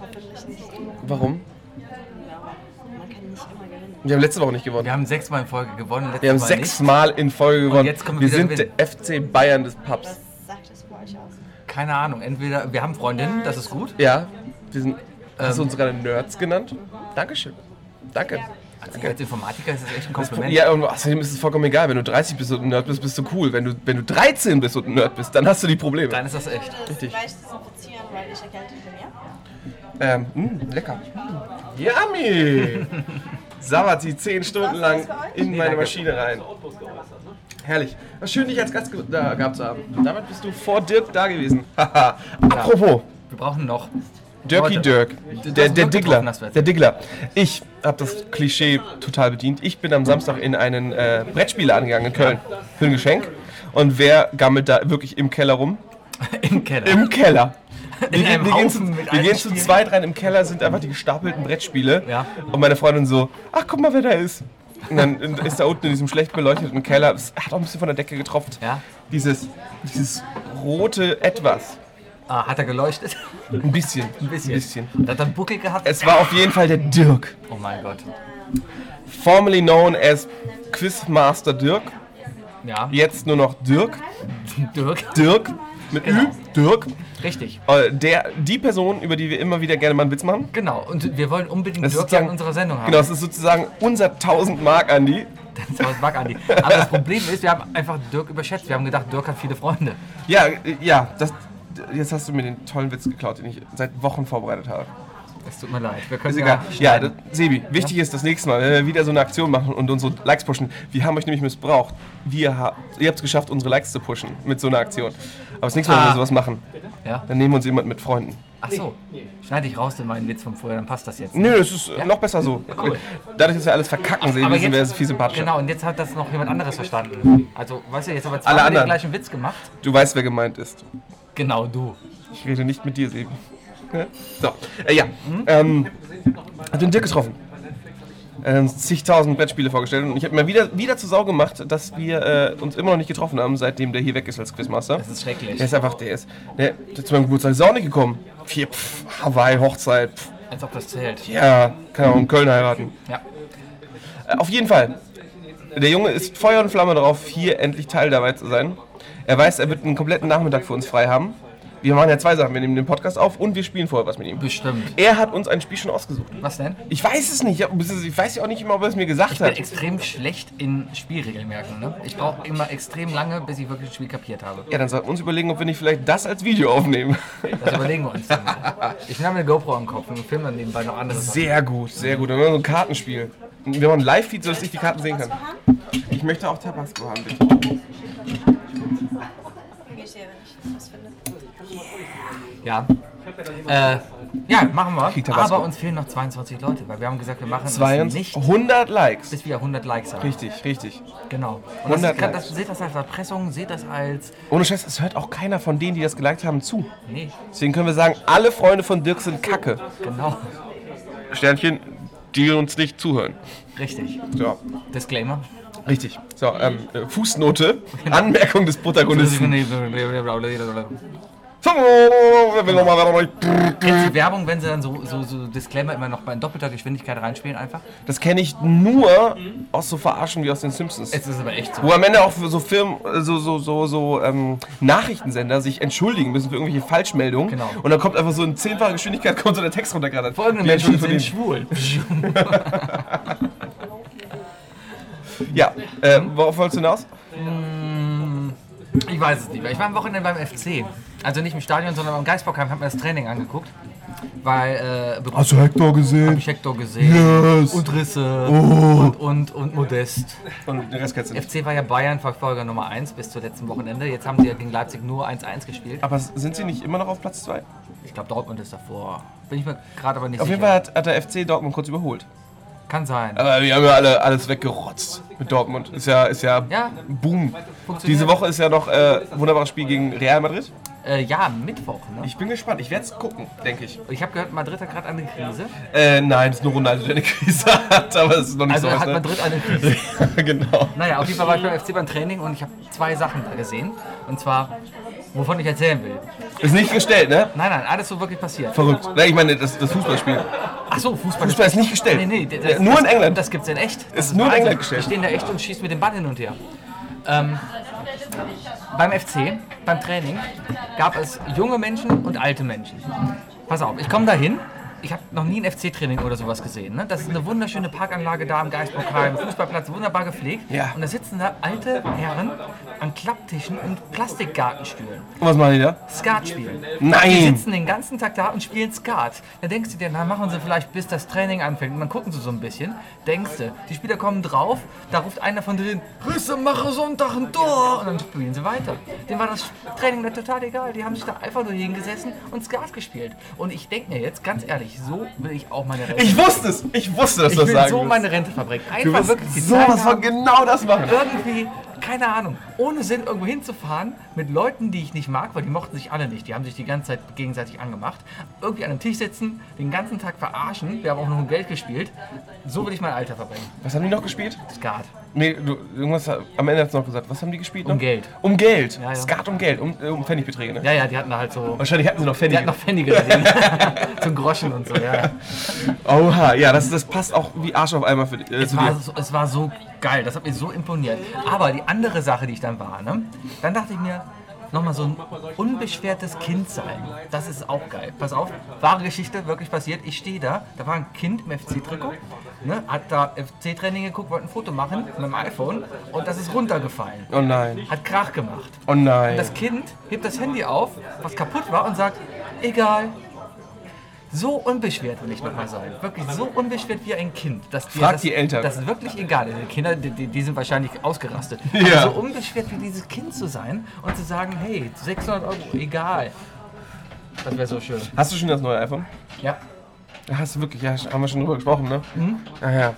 Hoffentlich nicht.
Warum?
Man kann nicht immer gewinnen.
Wir haben letzte Woche nicht gewonnen.
Wir haben sechsmal in Folge gewonnen. letztes
Wir haben
Mal
sechsmal in Folge gewonnen.
jetzt kommen wir
wir
wieder
sind
gewinnen.
der FC Bayern des Pubs.
Was sagt das für euch aus?
Nicht. Keine Ahnung. Entweder wir haben Freundinnen, das ist gut.
Ja, wir sind. Hast du
Ähm.
uns gerade Nerds genannt? Dankeschön. Danke.
Also als Informatiker ist das echt ein Kompliment.
Ja, und außerdem ist es vollkommen egal. Wenn du 30 bist und ein Nerd bist, bist du cool. Wenn du, wenn du 13 bist und ein Nerd bist, dann hast du die Probleme.
Dann ist das
Ich
echt.
würde das
Richtig.
gleich desinfizieren, weil ich erkältet bin, ja?
Ähm, mh, lecker. Yummy! Sabat sie 10 Stunden lang in
Nee,
meine
danke.
Maschine rein. Herrlich. War schön, dich als Gast ge- da gehabt zu haben. Damit bist du vor Dirk da gewesen. [LAUGHS] Haha. Apropos.
Wir brauchen noch.
Dirky
Leute,
Dirk,
das
der,
ist
der
wirklich
Diggler,
getroffen, hast du jetzt.
der Diggler. Ich habe das Klischee total bedient. Ich bin am Samstag in einen äh, Brettspieler gegangen in Köln für ein Geschenk. Und wer gammelt da wirklich im Keller rum?
Im Keller.
Im
[LAUGHS]
Keller.
In einem
wir gehen, zu,
Haufen mit
wir gehen
allen
zu
Spielen.
zweit rein im Keller, sind einfach die gestapelten Brettspiele.
Ja.
Und meine Freundin so, ach guck mal, wer da ist. Und dann ist da unten in diesem schlecht beleuchteten Keller, es hat auch ein bisschen von der Decke getropft,
Ja.
dieses, dieses rote Etwas.
Ah, hat er geleuchtet? [LAUGHS]
Ein bisschen. Ein
bisschen.
Ein bisschen.
Und hat dann Buckel gehabt?
Es war auf jeden Fall der Dirk.
oh mein Gott.
Formerly known as Quizmaster Dirk.
Ja.
Jetzt nur noch Dirk.
Dirk.
Dirk. Mit
Genau.
Ü. Dirk.
Richtig.
Äh, Der, die Person, über die wir immer wieder gerne mal einen Witz machen.
Genau. Und wir wollen unbedingt
Das ist
Dirk ja
sozusagen-
in unserer Sendung haben.
Genau, das ist sozusagen unser 1000 Mark, Andi.
[LAUGHS] Das war Bug, Andi. Aber das Problem ist, wir haben einfach Dirk überschätzt. Wir haben gedacht, Dirk hat viele Freunde.
Ja, äh, ja, das, jetzt hast du mir den tollen Witz geklaut, den ich seit Wochen vorbereitet habe.
Es tut mir leid. Wir können
Ist
ja
egal. Ja, das,
schneiden.
Sebi, wichtig ist das nächste Mal, wenn wir wieder so eine Aktion machen und unsere Likes pushen. Wir haben euch nämlich missbraucht. Wir ha ihr habt es geschafft, unsere Likes zu pushen mit so einer Aktion. Aber das nächste Mal, wenn
Ah.
wir sowas machen,
Ja.
dann nehmen wir uns jemand mit Freunden.
Ach so. Schneide ich raus in meinen Witz von vorher, dann passt das jetzt.
Nö, es ist äh, noch besser so. Dadurch, dass wir alles verkacken sehen,
Aber
sind
jetzt-
wir viel sympathischer.
Genau, und jetzt hat das noch jemand anderes verstanden. Also, weißt du, jetzt haben wir
Alle
zweimal den
anderen.
gleichen Witz gemacht.
Du weißt, wer gemeint ist.
Genau, du.
Ich rede nicht mit dir,
[LAUGHS]
Sebi. Ne? So, äh, ja. Ähm, hab den Dirk getroffen. Ähm, zigtausend Brettspiele vorgestellt und ich habe mir wieder, wieder zur Sau gemacht, dass wir äh, uns immer noch nicht getroffen haben, seitdem der hier weg ist als Quizmaster.
Das ist schrecklich.
Der ist einfach, der ist, der, der zu meinem Geburtstag ist auch nicht gekommen. Vier, pff, Hawaii, Hochzeit, pff,
Als ob das zählt.
ja, kann auch in Köln heiraten.
Ja.
Äh, auf jeden Fall, der Junge ist Feuer und Flamme darauf, hier endlich Teil dabei zu sein. Er weiß, er wird einen kompletten Nachmittag für uns frei haben. Wir machen ja zwei Sachen, wir nehmen den Podcast auf und wir spielen vorher was mit ihm.
Bestimmt.
Er hat uns ein Spiel schon ausgesucht.
Was denn?
Ich weiß es nicht, ich hab- ich weiß ja auch nicht immer, ob er es mir gesagt
Ich bin
hat.
extrem schlecht in Spielregeln merken. Ne? Ich brauche immer extrem lange, bis ich wirklich das Spiel kapiert habe.
Ja, dann sollten wir uns überlegen, ob wir nicht vielleicht das als Video aufnehmen.
Das überlegen wir uns dann mal. Ich nehme eine GoPro am Kopf und filme dann nebenbei noch andere
[LAUGHS]
Sachen.
Sehr gut, sehr gut. Dann machen wir so ein Kartenspiel. Wir machen ein Live-Feed, sodass ich die Karten sehen
Was
kann.
wir haben?
Ich möchte auch Tabasco haben, bitte.
Kriege ich dir, wenn ich was finde.
Ja. Äh, ja, machen
Kriegt
wir.
Tabasco.
Aber uns fehlen noch 22 Leute, weil wir haben gesagt, wir machen es
22,
nicht,
100 Likes.
bis wir 100 Likes haben.
Richtig, richtig.
Genau. Und
100
das,
Likes.
das, seht das als Erpressung, seht das als.
Ohne Scheiß, es hört auch keiner von denen, die das geliked haben, zu.
Nee,
Deswegen können wir sagen, alle Freunde von Dirk sind Kacke.
genau.
Sternchen, die uns nicht zuhören.
Richtig.
So,
Disclaimer.
richtig. Genau. So, ähm, äh, Fußnote, Anmerkung des Protagonisten.
Jetzt die Werbung, wenn sie dann so, so, so Disclaimer immer noch bei doppelter Geschwindigkeit reinspielen, einfach.
Das kenne ich nur aus so Verarschen wie aus den Simpsons.
Es ist aber echt so.
Wo am Ende auch für so Firmen, äh, so, so, so, so ähm, Nachrichtensender sich entschuldigen müssen für irgendwelche Falschmeldungen.
Genau.
Und dann kommt einfach so in zehnfacher Geschwindigkeit kommt so der Text runtergerattert.
Folgende
Die
Menschen
Entschuldigung
sind schwul.
für den- Ja, äh, worauf wolltest du hinaus?
Ich weiß es nicht mehr. Ich war am Wochenende beim FC. Also nicht im Stadion, sondern beim Geisbockheim. Hab mir das Training angeguckt. Weil, äh,
Hast du Hector
hab
gesehen?
ich Hector gesehen.
Yes. Oh.
Und Risse. Und, und, und Modest.
Und den Rest kennst du nicht.
FC war ja Bayern-Verfolger Nummer 1 bis zum letzten Wochenende. Jetzt haben sie ja gegen Leipzig nur 1-1 gespielt.
Aber sind sie nicht immer noch auf Platz 2?
Ich glaube, Dortmund ist davor. Bin ich mir gerade aber nicht
Auf
sicher.
jeden Fall Äh. hat, hat der FC Dortmund kurz überholt.
Kann sein.
Aber wir haben ja alle, alles weggerotzt mit Dortmund. Ist ja, ist ja,
Ja.
Boom.
Funktioniert.
Diese Woche ist ja noch äh, wunderbares Spiel gegen Real Madrid.
Äh, ja, Mittwoch. Ne?
Ich bin gespannt. Ich werde es gucken, denke ich.
Ich habe gehört, Madrid hat gerade eine Krise.
Äh, nein, es ist nur Ronaldo, der eine Krise hat, [LAUGHS] aber es ist noch nicht
Also
so
hat
was,
Madrid
[LAUGHS]
eine Krise.
ne? Genau.
Naja, auf jeden Fall war ich beim FC beim Training und ich habe zwei Sachen da gesehen. Und zwar, wovon ich erzählen will.
Ist nicht gestellt, ne?
Nein, nein, alles so wirklich passiert.
Verrückt. Ne, ich meine, das, das Fußballspiel.
Ach so, Fußball.
Fußball ist nicht gestellt.
Nee, nee,
Ja, nur in England.
Das gibt's in echt. Das
nur in
Wahnsinn.
England gestellt.
Die stehen da echt und schießen mit dem Ball hin und her. Ähm, beim FC, beim Training, gab es junge Menschen und alte Menschen. Pass auf, ich komme da hin. Ich habe noch nie ein FC-Training oder sowas gesehen. Ne? Das ist eine wunderschöne Parkanlage da am Geistbockheim, Fußballplatz, wunderbar gepflegt.
Ja.
Und da sitzen da alte Herren an Klapptischen und Plastikgartenstühlen.
Und was machen die da?
Skat spielen.
Nein.
Die sitzen den ganzen Tag da und spielen Skat. Dann denkst du dir, na machen sie vielleicht, bis das Training anfängt. Und dann gucken sie so ein bisschen. Denkst du, die Spieler kommen drauf, da ruft einer von denen, Risse, mache Sonntag ein Tor. Und dann spielen sie weiter. Dem war das Training dann total egal. Die haben sich da einfach nur hingesessen und Skat gespielt. Und ich denke mir jetzt, ganz ehrlich, so will ich auch meine Rente.
Ich wusste es! Ich wusste, dass
Ich
du das
will
sagen
so
wirst.
meine Rente verbringen.
Du
Einfach wirklich die
wirst
Zeit
sowas von
haben,
genau das machen.
irgendwie, keine Ahnung, ohne Sinn irgendwo hinzufahren mit Leuten, die ich nicht mag, weil die mochten sich alle nicht. Die haben sich die ganze Zeit gegenseitig angemacht. Irgendwie an einem Tisch sitzen, den ganzen Tag verarschen. Wir haben auch noch um Geld gespielt. So will ich mein Alter verbringen.
Was haben die noch gespielt?
Skat.
Nee, du, irgendwas am Ende hat's noch gesagt. Was haben die gespielt?
Um
noch?
Geld.
Um Geld.
ja.
Skat um Geld. Um, äh, um Pfennigbeträge, ne?
Ja, ja, die hatten da halt so.
Wahrscheinlich hatten sie noch
Die hatten
Pfennige.
noch Pfennige dagegen. [LAUGHS] Zum Groschen und so, ja.
Oha, ja, das, das passt auch wie Arsch auf einmal für, di- äh,
Es
zu
war,
dir.
so, es war so geil, das hat mich so imponiert. Aber die andere Sache, die ich dann war, ne? dann dachte ich mir, nochmal so ein unbeschwertes Kind sein. Das ist auch geil. Pass auf, wahre Geschichte, wirklich passiert. Ich stehe da, da war ein Kind im FC-Trikot, ne? hat da FC-Training geguckt, wollte ein Foto machen mit dem iPhone und das ist runtergefallen.
Oh nein.
Hat Krach gemacht.
Oh nein.
Das Kind hebt das Handy auf, was kaputt war, und sagt, egal. So unbeschwert will ich nochmal sein. Wirklich so unbeschwert wie ein Kind. Dass dir
Frag
das,
die Eltern.
Das ist wirklich egal. Die Kinder, die, die, die sind wahrscheinlich ausgerastet. Aber
Ja.
So unbeschwert wie dieses Kind zu sein und zu sagen, hey, 600 Euro, egal. Das wäre so schön.
Hast du schon das neue iPhone?
Ja,
Ja, Hast du wirklich, ja, haben wir schon drüber gesprochen, ne?
Hm?
Mhm. Ah, ja.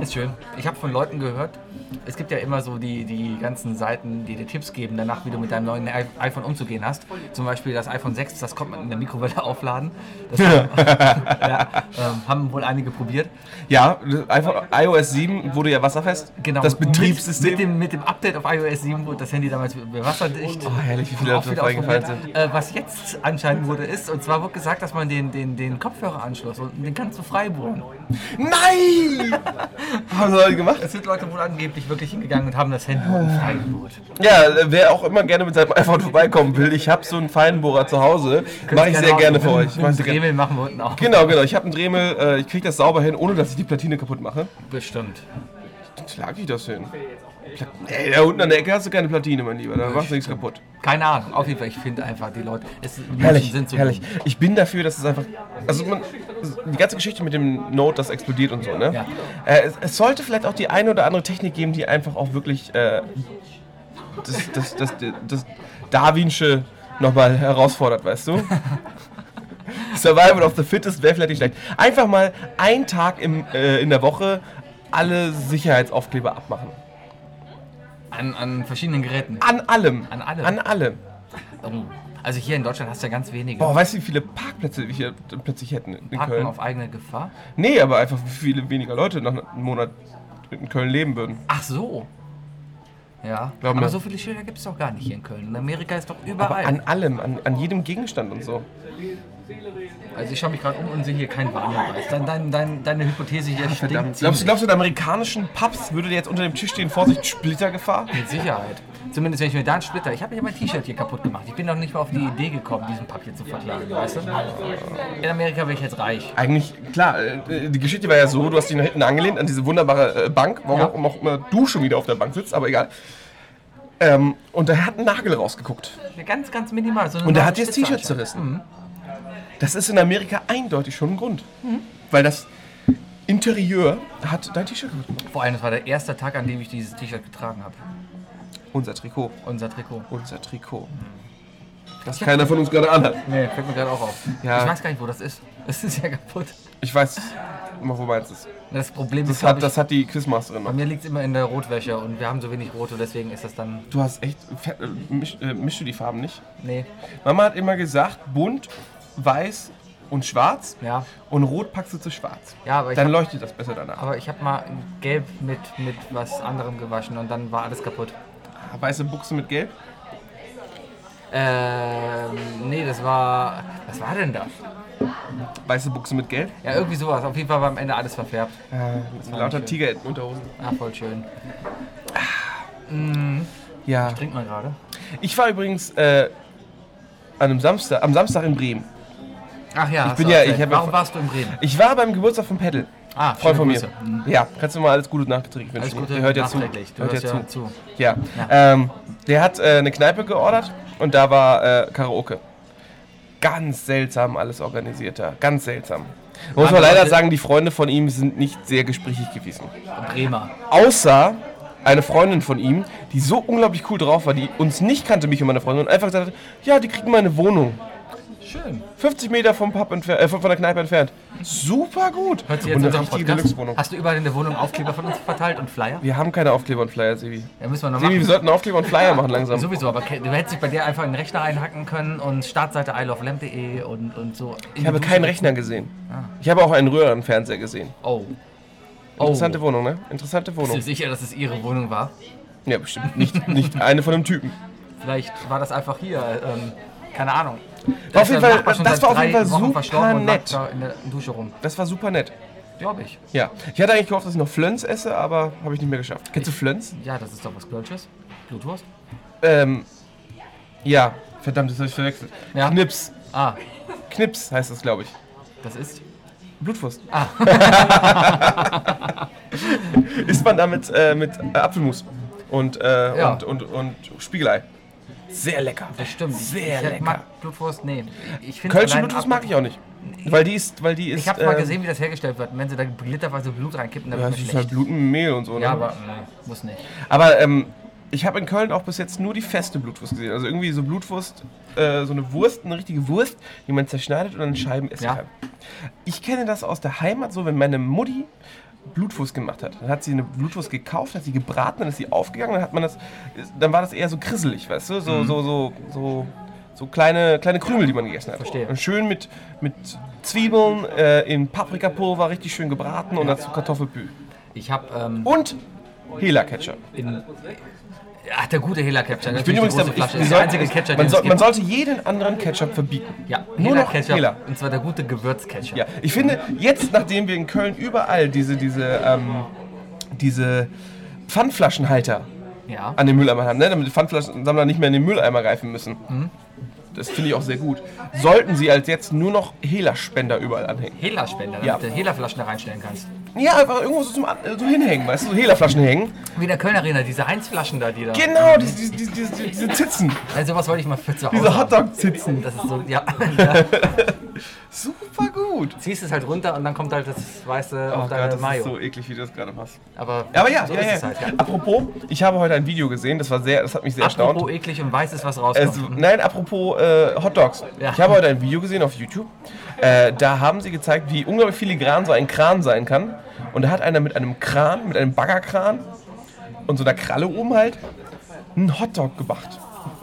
Ist schön. Ich habe von Leuten gehört, es gibt ja immer so die, die ganzen Seiten, die dir Tipps geben danach, wie du mit deinem neuen I- iPhone umzugehen hast. Zum Beispiel das iPhone 6, das kommt man in der Mikrowelle [LAUGHS] aufladen.
[LAUGHS]
Das ja, ähm, haben wohl einige probiert.
Ja, das iPhone, iOS 7 wurde ja wasserfest. Das Betriebssystem.
Genau. Mit, mit, dem, mit dem Update auf iOS 7 wurde das Handy damals wasserdicht.
oh, herrlich, wie viele
Auch
Leute
wieder
drauf eingefallen
ausprobiert.
sind.
Äh, was jetzt anscheinend wurde, ist, und zwar wurde gesagt, dass man den, den, den Kopfhöreranschluss und den kannst du freibohren.
Nein! [LAUGHS] haben sie Leute gemacht?
Es sind Leute wohl angeblich wirklich hingegangen und haben das Handy
Ah.
freigebohrt.
Ja, äh, wer auch immer gerne mit seinem [LAUGHS] iPhone vorbeikommen will, ich habe so einen Feinbohrer zu Hause. Mache ich sehr gerne für euch. Mach
Einen
ich sehr gerne.
Dremel machen wir unten auch.
Genau, genau. Ich habe einen Dremel, äh, ich kriege das sauber hin, ohne dass ich die Platine kaputt mache.
Bestimmt.
Dann schlag ich das hin. Pla- Ey, da unten an der Ecke hast du keine Platine, mein Lieber. Da machst du nichts kaputt.
Keine Ahnung. Auf jeden Fall, ich finde einfach die Leute. Es, die Menschen
Herrlich,
sind so
herrlich.
gut.
Ich bin dafür, dass es einfach. Also man, die ganze Geschichte mit dem Note, das explodiert und so, ne?
Ja.
Äh, es, es sollte vielleicht auch die eine oder andere Technik geben, die einfach auch wirklich äh, das, das, das, das, das Darwinsche nochmal herausfordert, weißt
[LAUGHS]
du? Survival of the Fittest wäre vielleicht nicht schlecht. Einfach mal einen Tag im, äh, in der Woche alle Sicherheitsaufkleber abmachen.
An, an verschiedenen Geräten.
An allem.
An allem.
An allem.
Oh. Also hier in Deutschland hast du ja ganz wenige.
Boah, weißt du, wie viele Parkplätze wir hier plötzlich hätten in
Parken
Köln?
auf eigene Gefahr.
Nee, aber einfach wie viele weniger Leute nach einem Monat in Köln leben würden.
Ach so. Ja.
Glaub
aber
mir.
so viele Schilder gibt es doch gar nicht hier in Köln. In Amerika ist doch
Aber
überall.
an allem, an, an jedem Gegenstand und so.
also ich schaue mich gerade um und sehe hier keinen Warnhinweis. Dein, dein, dein, deine Hypothese hier stinkt.
Glaubst du,
ziemlich.
glaubst du, in amerikanischen Pubs würde dir jetzt unter dem Tisch stehen, Vorsicht, Splittergefahr?
Mit Sicherheit. Zumindest wenn ich mir da einen Splitter. Ich habe ja mein T-Shirt hier kaputt gemacht. Ich bin noch nicht mal auf die Idee gekommen, diesen Papier zu verklagen, weißt du? In Amerika wäre ich jetzt reich.
Eigentlich, klar, äh, die Geschichte war ja so, du hast dich nach hinten angelehnt an diese wunderbare äh, Bank, warum
Ja.
auch- auch immer du schon wieder auf der Bank sitzt, aber egal. Ähm, und da hat ein Nagel rausgeguckt.
Ganz, ganz minimal. So eine
Und der hat dir das
Spitze
T-Shirt zerrissen. Das ist in Amerika eindeutig schon ein Grund. Weil das Interieur hat dein T-Shirt kaputt gemacht.
Vor allem, das war der erste Tag, an dem ich dieses T-Shirt getragen habe.
Unser Trikot.
Unser Trikot.
Unser Trikot. Das keiner von uns gerade anhat.
Nee, fällt mir gerade auch auf.
Ja.
Ich weiß gar nicht, wo das ist. [LAUGHS] Es ist ja kaputt.
Ich weiß immer, wo meins ist.
Das Problem
Das
ist, glaub
hat, das hat die Quizmasterin
bei
noch.
mir liegt es immer in der Rotwäsche und wir haben so wenig Rote, deswegen ist das dann.
Du hast echt. Fett, äh, misch, äh, mischst du die Farben nicht?
Nee,
Mama hat immer gesagt, bunt, weiß und schwarz.
ja.
Und rot packst du zu schwarz.
Ja, aber ich
Dann leuchtet das besser danach.
Aber ich habe mal gelb mit, mit was anderem gewaschen und dann war alles kaputt.
Weiße Buchse mit Gelb?
Ähm, nee, das war. Was war denn das?
Weiße Buchse mit Gelb?
Ja, irgendwie sowas. Auf jeden Fall war am Ende alles verfärbt.
Äh, das war lauter Tigerentenunterhosen.
Ah, voll schön.
Ja.
Trinkt man gerade.
Ich war übrigens äh, an einem Samstag, am Samstag in Bremen.
Ach ja, ich
bin ja- ich hab ja-
Warum warst du in Bremen?
Ich war beim Geburtstag von Pedel.
Ah,
Freund
schöne
von mir.
Grüße.
Ja, kannst du mal alles Gute nachträglich wünschen.
Alles Gute.
Der hört ja zu.
nachträglich. Du
Hört
hörst
ja
ja
zu.
zu.
Ja.
Ja.
Ähm, der hat äh, eine Kneipe geordert und da war äh, Karaoke. Ganz seltsam alles organisierter. Ganz seltsam. Muss man
Andere
leider
Leute-
sagen, die Freunde von ihm sind nicht sehr gesprächig gewesen.
Bremer.
Außer eine Freundin von ihm, die so unglaublich cool drauf war, die uns nicht kannte, mich und meine Freundin, und einfach gesagt hat, ja, die kriegen meine Wohnung.
Schön.
50 Meter vom Pub entfer- äh, von von der Kneipe entfernt. Super gut.
Hört sich
und
jetzt
eine
unserem
richtige
Podcast.
Deluxe-Wohnung.
Hast du überall in der Wohnung Aufkleber von uns verteilt und Flyer?
Wir haben keine Aufkleber und Flyer, Sebi.
Ja, müssen wir noch
Sebi, wir
machen.
sollten Aufkleber und Flyer machen langsam.
Sowieso, aber ke- du hättest dich bei dir einfach in den Rechner einhacken können und Startseite isleoflamp.de und, und so.
Ich habe keinen Rechner gesehen.
Ah.
Ich habe auch einen Röhrenfernseher gesehen.
Oh.
Interessante
oh.
Wohnung, ne? Interessante
Bist du
Wohnung.
sicher, dass es ihre Wohnung war?
Ja, bestimmt nicht, nicht eine von dem Typen.
Vielleicht war das einfach hier. Ähm, keine Ahnung.
War
Da
auf
ist
jeden
der
Fall-
Nachbar schon
das
seit
war auf
drei
jeden Fall
Wochen
super
verstorben und lag
nett.
da in der Dusche rum.
Das war super nett.
Glaube ich.
Ja. Ich hatte eigentlich gehofft, dass ich noch Flöns esse, aber habe ich nicht mehr geschafft. Kennst du Flöns?
Ja, das ist doch was Kölsches. Blutwurst?
Ähm. Ja. Verdammt, das habe ich verwechselt.
Ja.
Knips.
Ah,
Knips heißt das, glaube ich.
das ist.
Blutwurst. Ah. [LAUGHS] Isst man damit äh, mit äh, Apfelmus und, äh,
Ja.
und, und, und Spiegelei. Sehr lecker.
Das stimmt.
Sehr
ich
lecker.
mag Blutwurst, nee. Ich find's
Kölsche
allein
Blutwurst
ab-
mag ich auch nicht. Weil die ist. Weil die ist
Ich habe mal
ähm,
gesehen, wie das hergestellt wird. Wenn sie da glitterweise Blut reinkippen, dann
Ja,
wird
das
mir
ist halt
schlecht.
Blut mit Mehl und so. Ne?
Ja, aber nee, muss nicht.
aber ähm, ich habe in Köln auch bis jetzt nur die feste Blutwurst gesehen. Also irgendwie so Blutwurst, äh, so eine Wurst, eine richtige Wurst, die man zerschneidet und dann in Scheiben essen
Ja.
kann. Ich kenne das aus der Heimat so, wenn meine Mutti Blutwurst gemacht hat. Dann hat sie eine Blutwurst gekauft, hat sie gebraten, dann ist sie aufgegangen, dann hat man das, dann war das eher so krisselig, weißt du? So,
Mhm.
so, so, so, so kleine, kleine Krümel, die man gegessen hat.
Verstehe.
Und schön mit, mit Zwiebeln, äh, in Paprikapulver, richtig schön gebraten und dazu Kartoffelpü.
Ich habe ähm,
Und Hela-Ketchup.
in. Ach, der gute Hela Ketchup.
Ich bin übrigens
der
der, ich,
Flasche.
wir
ist der
sollten-
einzige Ketchup,
man,
den
soll,
es
man
gibt.
sollte jeden anderen Ketchup verbieten.
Ja,
nur
Hela
noch
Ketchup.
Hela.
Und zwar der gute Gewürzketchup.
Ja, ich finde, jetzt, nachdem wir in Köln überall diese, diese, ähm, diese Pfandflaschenhalter
Ja.
an den Mülleimer haben, ne? damit die Pfandflaschensammler nicht mehr in den Mülleimer greifen müssen,
Mhm.
das finde ich auch sehr gut, sollten sie als jetzt nur noch Hela-Spender überall anhängen.
Hela-Spender, damit
Ja.
du Hela-Flaschen da reinstellen kannst.
Ja, einfach irgendwo so zum An- äh, so hinhängen, weißt du, so Hela-Flaschen hängen.
Wie in der Köln Arena, diese Heinz-Flaschen da, die da.
Genau, diese, diese, diese, diese, diese Zitzen,
Also was wollte ich mal für zu Hause.
diese
haben.
Hotdog-Zitzen.
Das ist so, ja. ja.
Super gut.
Ziehst es halt runter und dann kommt halt das weiße
Oh
auf deine
Gott, das
Mayo.
ist so eklig, wie du das gerade machst.
Aber,
Ja, Aber ja,
so
ja,
ist
ja.
es halt, ja.
Apropos, ich habe heute ein Video gesehen, das war sehr, das hat mich sehr
Apropos
erstaunt. Also,
eklig und weiß ist, was
Es,
rauskommt. Hm,
nein, apropos äh, Hot Dogs.
Ja.
Ich habe heute ein Video gesehen auf YouTube. Äh, da haben sie gezeigt, wie unglaublich filigran so ein Kran sein kann. Und da hat einer mit einem Kran, mit einem Baggerkran und so einer Kralle oben halt, einen Hotdog gemacht.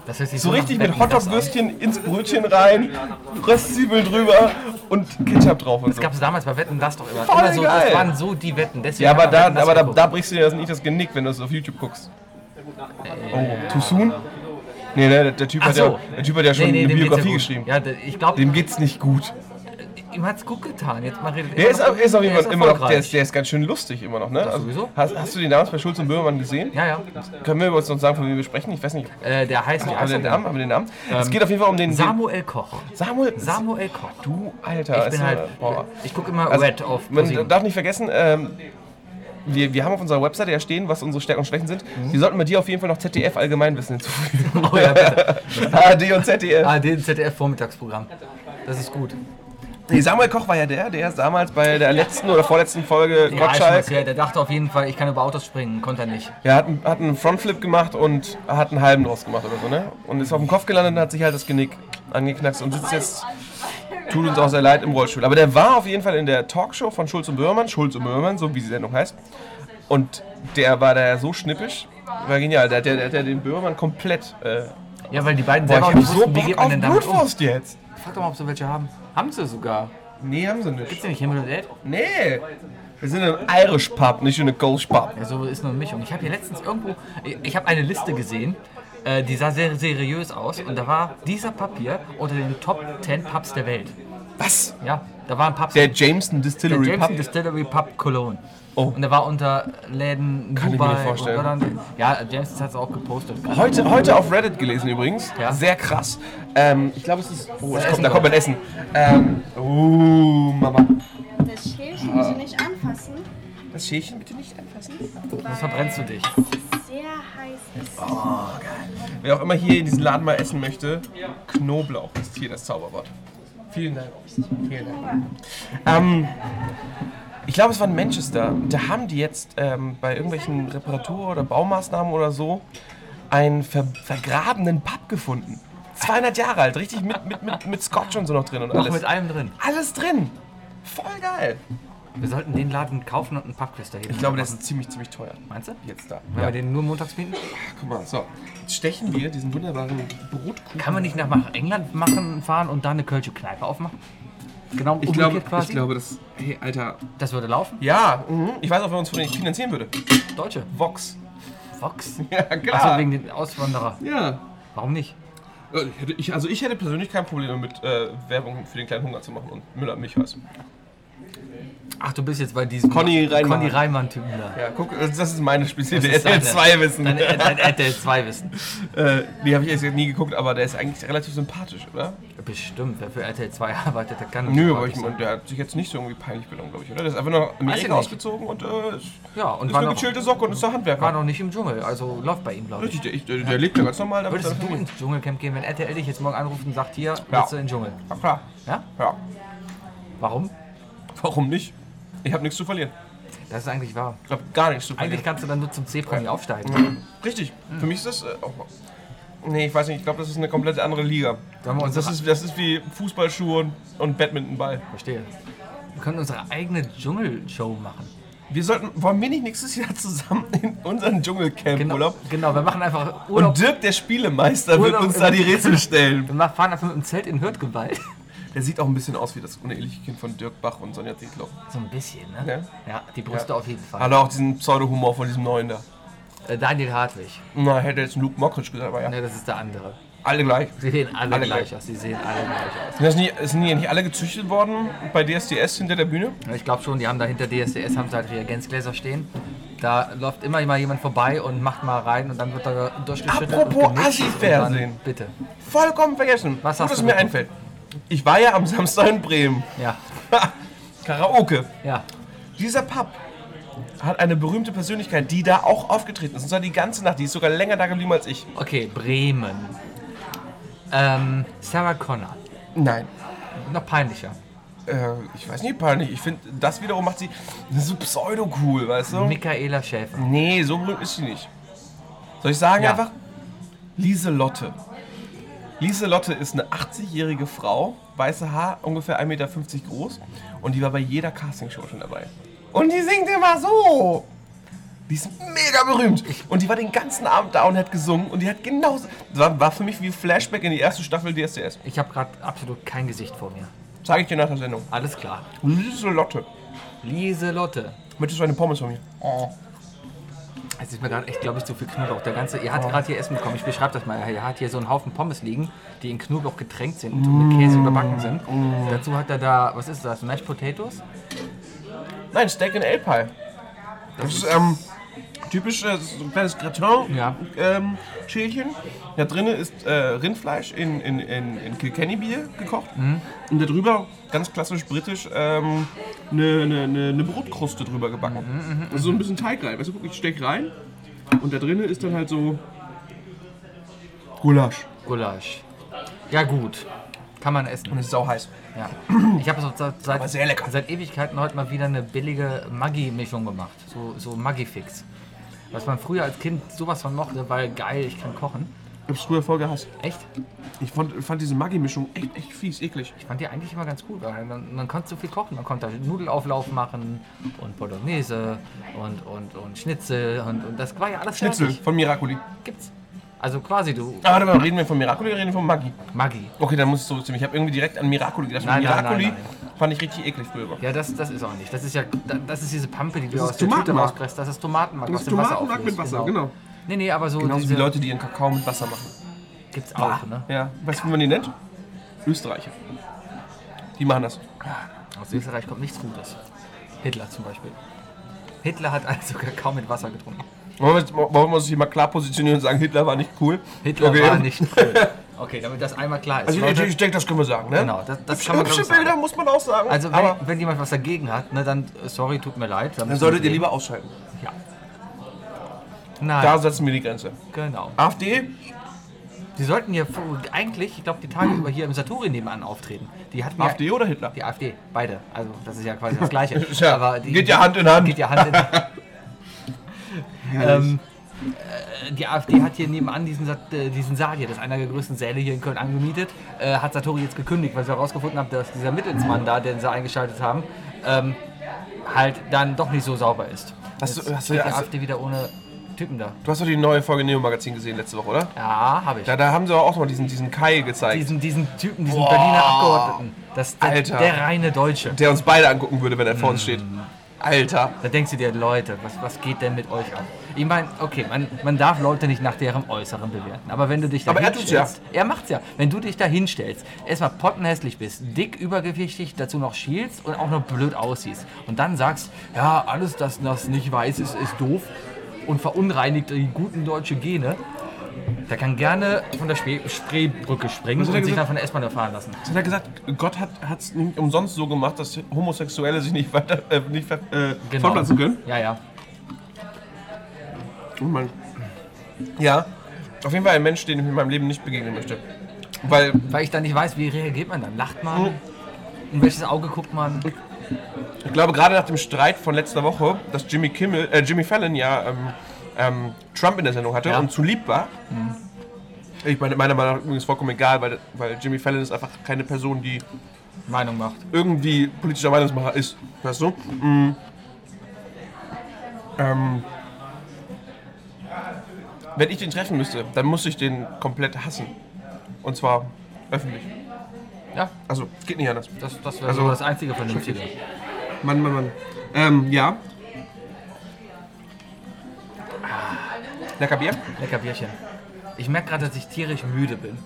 Das hört sich
So
nach
richtig mit
Becken Ah, das an.
Hotdog-Würstchen ins Brötchen rein, Röstzwiebeln drüber und Ketchup drauf und so.
Das gab es damals bei Wetten, das doch immer.
Voll
immer so,
geil.
das waren so die Wetten. Deswegen
Ja, aber
hat man
da,
Wetten, dass
aber da,
geguckt.
da brichst du dir das nicht das Genick, wenn du es auf YouTube guckst. Oh, too soon? Nee, nee, der, der, typ,
Ach
hat
so.
ja, der typ hat ja schon
Nee, nee,
eine
dem geht's ja
Biografie
gut.
geschrieben.
Ja, d- ich glaube,
Dem geht's nicht gut.
ihm hat es gut getan. Jetzt mal redet
Der ist, auch- ist auch
der
jemand immer noch, der
erfolgreich.
ist, der ist ganz schön lustig immer noch, ne?
Das sowieso.
hast, hast du den damals bei Schulz und Böhmermann gesehen?
Ja, ja.
Können wir uns noch sagen, von wem wir sprechen? Ich weiß nicht.
Äh, der heißt, wie
Haben
heißt
wir
er
den Namen?
denn?
Haben wir den Namen? es geht auf jeden Fall um den.
Ähm, Samuel Koch.
Samuel.
Samuel Koch. Du,
Du, Alter.
ich
ist
bin
ja-
halt.
boah.
Ich gucke immer
Also,
Red auf.
Man
ProSieben.
darf nicht vergessen, ähm, wir, wir haben auf unserer Webseite ja stehen, was unsere Stärken und Schwächen sind. Wir sollten bei dir auf jeden Fall noch ZDF Allgemeinwissen hinzufügen.
[LAUGHS] Oh ja,
[LAUGHS]
bitte.
ARD und ZDF.
Ah, den ZDF-Vormittagsprogramm. Das ist gut.
Nee, Samuel Koch war ja der, der damals bei der letzten oder vorletzten Folge
Der
Gottschalk
Eichmann, der dachte auf jeden Fall, ich kann über Autos springen, konnte er nicht.
Ja, hat, einen- hat einen Frontflip gemacht und hat einen halben draus gemacht oder so, ne? Und ist auf dem Kopf gelandet und hat sich halt das Genick angeknackst und sitzt jetzt, tut uns auch sehr leid, im Rollstuhl. Aber der war auf jeden Fall in der Talkshow von Schulz und Böhmermann, Schulz und Böhmermann, so wie die Sendung heißt. Und der war da so schnippisch, war genial. Der hat ja der, hat ja den Böhmermann komplett. Äh,
Ja, weil die beiden
boah, ich
selber
hab so
wie geht
Bock
man
auf
denn damit um.
Blutwurst jetzt.
Frag doch mal, ob sie welche haben. Haben sie sogar.
Nee, haben sie
Gibt's
nicht.
die nicht Himmel und Erd?
Nee. Wir sind in einem Irish Pub, nicht in einem Gulch Pub.
Ja, so ist nur eine Mischung. Ich habe hier letztens irgendwo, ich, ich habe eine Liste gesehen, äh, die sah sehr seriös aus und da war dieser Papier unter den Top 10 Pubs der Welt.
Was?
Ja, da waren Pubs.
Der Jameson
der
Distillery
Jameson
Pub.
Distillery Pub Cologne.
Oh.
Und der war unter Läden
Kann ich mir
Dubai
nicht vorstellen.
und Holland. Ja, Jameson hat es auch gepostet.
Heute, heute auf Reddit gelesen übrigens.
Ja.
Sehr krass. Ähm, ich glaube, es ist. Oh, es
Essen
kommt, da kommt mein Essen. Ähm, oh, Mama.
Das
Ah.
Schälchen bitte nicht anfassen,
Das Schälchen bitte nicht anfassen.
Was verbrennst du dich?
sehr heiß ist.
Wer auch immer hier in diesem Laden mal essen möchte, Knoblauch ist hier das Zauberwort. Vielen Dank. Vielen Dank. Ähm, ich glaube, es war in Manchester. Da haben die jetzt ähm, bei irgendwelchen Reparatur- oder Baumaßnahmen oder so einen ver vergrabenen Pub gefunden. 200 Jahre alt, richtig mit, mit, mit, mit Scotch und so noch drin und
Noch
alles.
mit allem drin.
Alles drin. Voll geil.
Wir sollten den Laden kaufen und einen Pubquiz dahin.
Ich glaube, der ist ziemlich, ziemlich teuer.
Meinst du?
Jetzt da.
Wenn wir den nur montags bieten?
guck mal. So, jetzt stechen wir diesen wunderbaren Brotkuchen.
Kann man nicht nach- nach England machen, fahren und da eine Kölsche Kneipe aufmachen? Genau,
ich
umgekehrt
glaube,
quasi.
ich glaube, das. Hey, Alter.
Das würde laufen.
Ja, mhm. ich weiß auch, wer uns von denen finanzieren würde.
Deutsche.
Vox. [LAUGHS]
Vox.
Ja, Also
Achso, wegen den Auswanderer.
ja.
Warum nicht?
Äh, hätte Ich, also ich hätte persönlich kein Problem damit, äh, Werbung für den kleinen Hunger zu machen und Müller Milchhäus.
Ach, du bist jetzt bei diesem
Conny Reinmann.
Conny Reimann-Typen da.
Ja, guck, äh, das ist äh, meine spezielle
Das ist deine-
RTL2-Wissen.
Dein, dein RTL 2 Wissen.
[LAUGHS] Äh, die habe ich jetzt nie geguckt, aber der ist eigentlich relativ sympathisch, oder?
Bestimmt, wer für RTL 2 [LAUGHS] arbeitet, der kann.
Nö,
nicht
aber ich
sein.
meine, der hat sich jetzt nicht so irgendwie peinlich benommen, glaube ich, oder? Der ist einfach nach
ich
Amerika
nicht.
ausgezogen und äh, ist,
Ja, und
ist
war
eine
noch,
gechillte Socke und ist der
war
Handwerker.
noch nicht im Dschungel, also läuft bei ihm, glaube ich.
Richtig, der, ich, der, der lebt ja ganz normal. damit
Würdest
seine
du
Familie.
ins Dschungelcamp gehen, wenn RTL dich jetzt morgen anruft und sagt, hier,
Ja.
willst du in den Dschungel?
Ja, klar.
Ja?
Ja.
Warum?
Warum nicht? Ich habe nichts zu verlieren.
Das ist eigentlich wahr.
Ich habe gar nichts zu
Eigentlich Hm.
verlieren.
kannst du dann nur zum C-Promi aufsteigen.
Richtig. Für mich ist das... Äh, auch, nee, ich weiß nicht. Ich glaube, das ist eine komplett andere Liga.
Sollen wir uns
Das
das
ist, das ist wie Fußballschuhe und, und Badmintonball.
Verstehe. Wir können unsere eigene Dschungelshow machen.
Wir sollten... Wollen wir nicht nächstes Jahr zusammen in unseren Dschungelcamp-Urlaub?
genau, wir machen einfach Urlaub.
Und Dirk, der Spielemeister, wird
Urlaub
uns
im-
da die Rätsel stellen.
wir ma- fahren einfach mit dem Zelt in Hürtgewalt.
Der sieht auch ein bisschen aus wie das uneheliche Kind von Dirk Bach und Sonja Zietlow.
[LAUGHS] So ein bisschen, ne? Ja, die Brüste
Ja.
auf jeden Fall.
Hat auch diesen Pseudo-Humor von diesem Neuen da.
Äh, Daniel Hartwig.
Na, hätte jetzt Luke Mockridge gesagt, aber ja.
Ne, das ist der andere.
Alle gleich.
Sie sehen alle,
Alle
gleich
gleich.
aus. Sie sehen alle gleich aus.
Sind, das nicht, sind die nicht alle gezüchtet worden bei DSDS hinter der Bühne?
Ja, Ich glaube schon, die haben da hinter DSDS haben sie halt Reagenzgläser stehen. Da läuft immer mal jemand vorbei und macht mal rein und dann wird da durchgeschüttelt. und
Apropos
gemischt
Assi-Fernsehen.
und dann- Bitte.
Vollkommen vergessen.
Was
Gut,
hast
dass
du
mir
geguckt?
einfällt. Ich war ja am Samstag in Bremen.
Ja,
Karaoke.
ja.
Dieser Pub hat eine berühmte Persönlichkeit, die da auch aufgetreten ist. Und zwar die ganze Nacht. Die ist sogar länger da geblieben als ich.
Okay, Bremen. Ähm, Sarah Connor.
Nein.
Noch peinlicher.
Äh, ich weiß nicht, peinlich. Ich finde, das wiederum macht sie so pseudo-cool, weißt du?
Michaela Schäfer.
Nee, so berühmt ist sie nicht. Soll ich sagen
Ja.
einfach? Lieselotte. Lieselotte ist eine 80-jährige Frau, weiße Haar, ungefähr 1,50 Meter groß und die war bei jeder Castingshow schon dabei. Und die singt immer so. Die ist mega berühmt. Und die war den ganzen Abend da und hat gesungen und die hat genauso... Das war, war für mich wie Flashback in die erste Staffel DSDS.
Ich habe gerade absolut kein Gesicht vor mir.
Zeige ich dir nach der Sendung.
Alles klar.
Lieselotte.
Lieselotte.
Möchtest du eine Pommes von mir?
Es ist mir gerade echt, glaube ich, zu viel Knoblauch. Der ganze, ihr
Oh.
hat gerade hier Essen bekommen. Ich beschreibe das mal. Ihr hat hier so einen Haufen Pommes liegen, die in Knoblauch getränkt sind und
Mm.
mit Käse überbacken sind. Dazu hat er da, was ist das? Mashed Potatoes?
Nein, Steak and Ale Pie. Das ist ähm, typisch äh, so ein kleines Gratin.
Ja.
Ähm, Schälchen. Da drinnen ist äh, Rindfleisch in, in, in, in Kilkenny-Bier gekocht. Und da drüber, ganz klassisch britisch, ähm, eine, eine, eine, eine Brotkruste drüber gebacken. Also so ein bisschen Teig rein. Weißt du, guck, ich steck rein und da drinnen ist dann halt so Gulasch.
Gulasch. Ja, gut. Kann man essen.
Und ist sau heiß.
Ja. Ich habe so
Aber
seit, seit,
sehr lecker.
seit Ewigkeiten heute mal wieder eine billige Maggi-Mischung gemacht. So, so Maggi-Fix. Was man früher als Kind sowas von mochte, weil geil, ich kann kochen.
Ich hab's früher voll gehasst.
Echt?
Ich fand, fand diese Maggi-Mischung echt, echt fies, eklig.
Ich fand die eigentlich immer ganz gut, weil man, man konnte so viel kochen. Man konnte da Nudelauflauf machen und Bolognese und, und, und Schnitzel und, und das war ja alles
Schnitzel
fertig.
von Miracoli.
Gibt's. Also quasi du,
Ah, warte mal, reden wir von Miracoli oder reden wir von Maggi?
Maggi.
Okay, dann muss ich zurückziehen. Ich habe irgendwie direkt an Miracoli gedacht.
Nein, nein,
Miracoli
nein, nein.
fand ich richtig eklig früher.
Ja, das, das ist auch nicht. Das ist ja, da- das ist diese Pampe, die du
Das ist
aus der Tüte
Tomatenmark.
rauspresst. Das ist Tomatenmark aus dem Wasser
Tomatenmark mit
auflöst,
Wasser, genau.
Nee, nee, aber so
Genauso wie
diese
Leute, die ihren Kakao mit Wasser machen.
gibt's auch, ne?
Ja, weißt du, wie man die nennt? Österreicher. Die machen das.
Aus Österreich kommt nichts Gutes. Hitler zum Beispiel. Hitler hat also [LAUGHS] Kakao mit Wasser getrunken.
Wollen wir, jetzt- wollen wir uns hier mal klar positionieren und sagen, Hitler war nicht cool?
Hitler
Okay.
war nicht cool. Okay, damit das einmal klar ist.
Also ich,
Leute,
ich denke, das können wir sagen, ne?
Genau, das- das
Hübsche-
kann man, glaub ich,
Hübsche
sagen.
Bilder muss man auch sagen.
also
aber
wenn, wenn jemand was dagegen hat, ne, dann äh, sorry, tut mir leid.
dann solltet ihr lieber ausschalten.
Ja. Nein,
Da setzen wir die Grenze.
genau.
AfD?
Die sollten ja vor- eigentlich, ich glaube,
[CLEARS THROAT]
die Tage über hier im Satori nebenan auftreten. Die hatten ja,
AfD oder Hitler?
Die AfD, beide. Also das ist ja quasi das Gleiche.
[LAUGHS] Tja, geht ja Hand in Hand.
Geht ja Hand
[LAUGHS]
in Hand. ähm, äh, die AfD hat hier nebenan diesen, Sat- äh, diesen Saal hier, das ist einer der größten Säle hier in Köln angemietet, äh, hat Satori jetzt gekündigt, weil sie herausgefunden haben, dass dieser Mittelsmann da, den sie eingeschaltet haben, ähm, halt dann doch nicht so sauber ist.
Hast du-
Jetzt
hast du-
steht die
hast du-
AfD wieder ohne Typen da.
Du hast doch die neue Folge Neo Magazin gesehen letzte Woche, oder?
Ja, habe ich.
Da, da haben sie auch noch diesen, diesen Kai gezeigt,
diesen, diesen Typen, diesen Berliner Abgeordneten. Das, der,
Alter.
der reine Deutsche.
der uns beide angucken würde, wenn er vor uns steht. Alter.
Da denkst du dir, Leute, was, was geht denn mit euch ab? Ich meine, okay, man, man darf Leute nicht nach deren Äußeren bewerten. Aber wenn du dich da
Aber er tut's ja.
hinstellst- er macht's ja. Wenn du dich da hinstellst, erstmal pottenhässlich bist, dick übergewichtig, dazu noch schielst und auch noch blöd aussiehst. Und dann sagst, ja, alles, das, das nicht weiß ist, ist doof und verunreinigt die guten deutsche Gene. Der kann gerne von der Spee- Spreebrücke springen
Was
und
hat er
sich
gesagt?
dann von der S-Bahn überfahren lassen.
Hat er gesagt, Gott hat es nicht umsonst so gemacht, dass Homosexuelle sich nicht weiter äh, nicht ver, äh,
Genau.
fortpflanzen können?
Ja, ja.
Oh Mann. Ja, auf jeden Fall ein Mensch, den ich in meinem Leben nicht begegnen möchte. Weil
Weil ich dann nicht weiß, wie reagiert man dann. Lacht
Oh.
man? In welches Auge guckt man?
ich glaube, gerade nach dem Streit von letzter Woche, dass Jimmy, Kimmel, äh, Jimmy Fallon ja ähm, ähm, Trump in der Sendung hatte
Ja.
und zu lieb war. Ich meine, meiner Meinung nach übrigens vollkommen egal, weil, weil Jimmy Fallon ist einfach keine Person, die
Meinung macht.
irgendwie politischer Meinungsmacher ist. Weißt du? Mm. Ähm, wenn ich den treffen müsste, dann muss ich den komplett hassen. Und zwar öffentlich.
Ja,
Also, es geht nicht anders.
das, das wäre
Also-
so das einzige Vernünftige.
Mann, Mann, Mann. Ähm, ja. Lecker Bier?
Lecker Bierchen. Ich merke gerade, dass ich tierisch müde bin.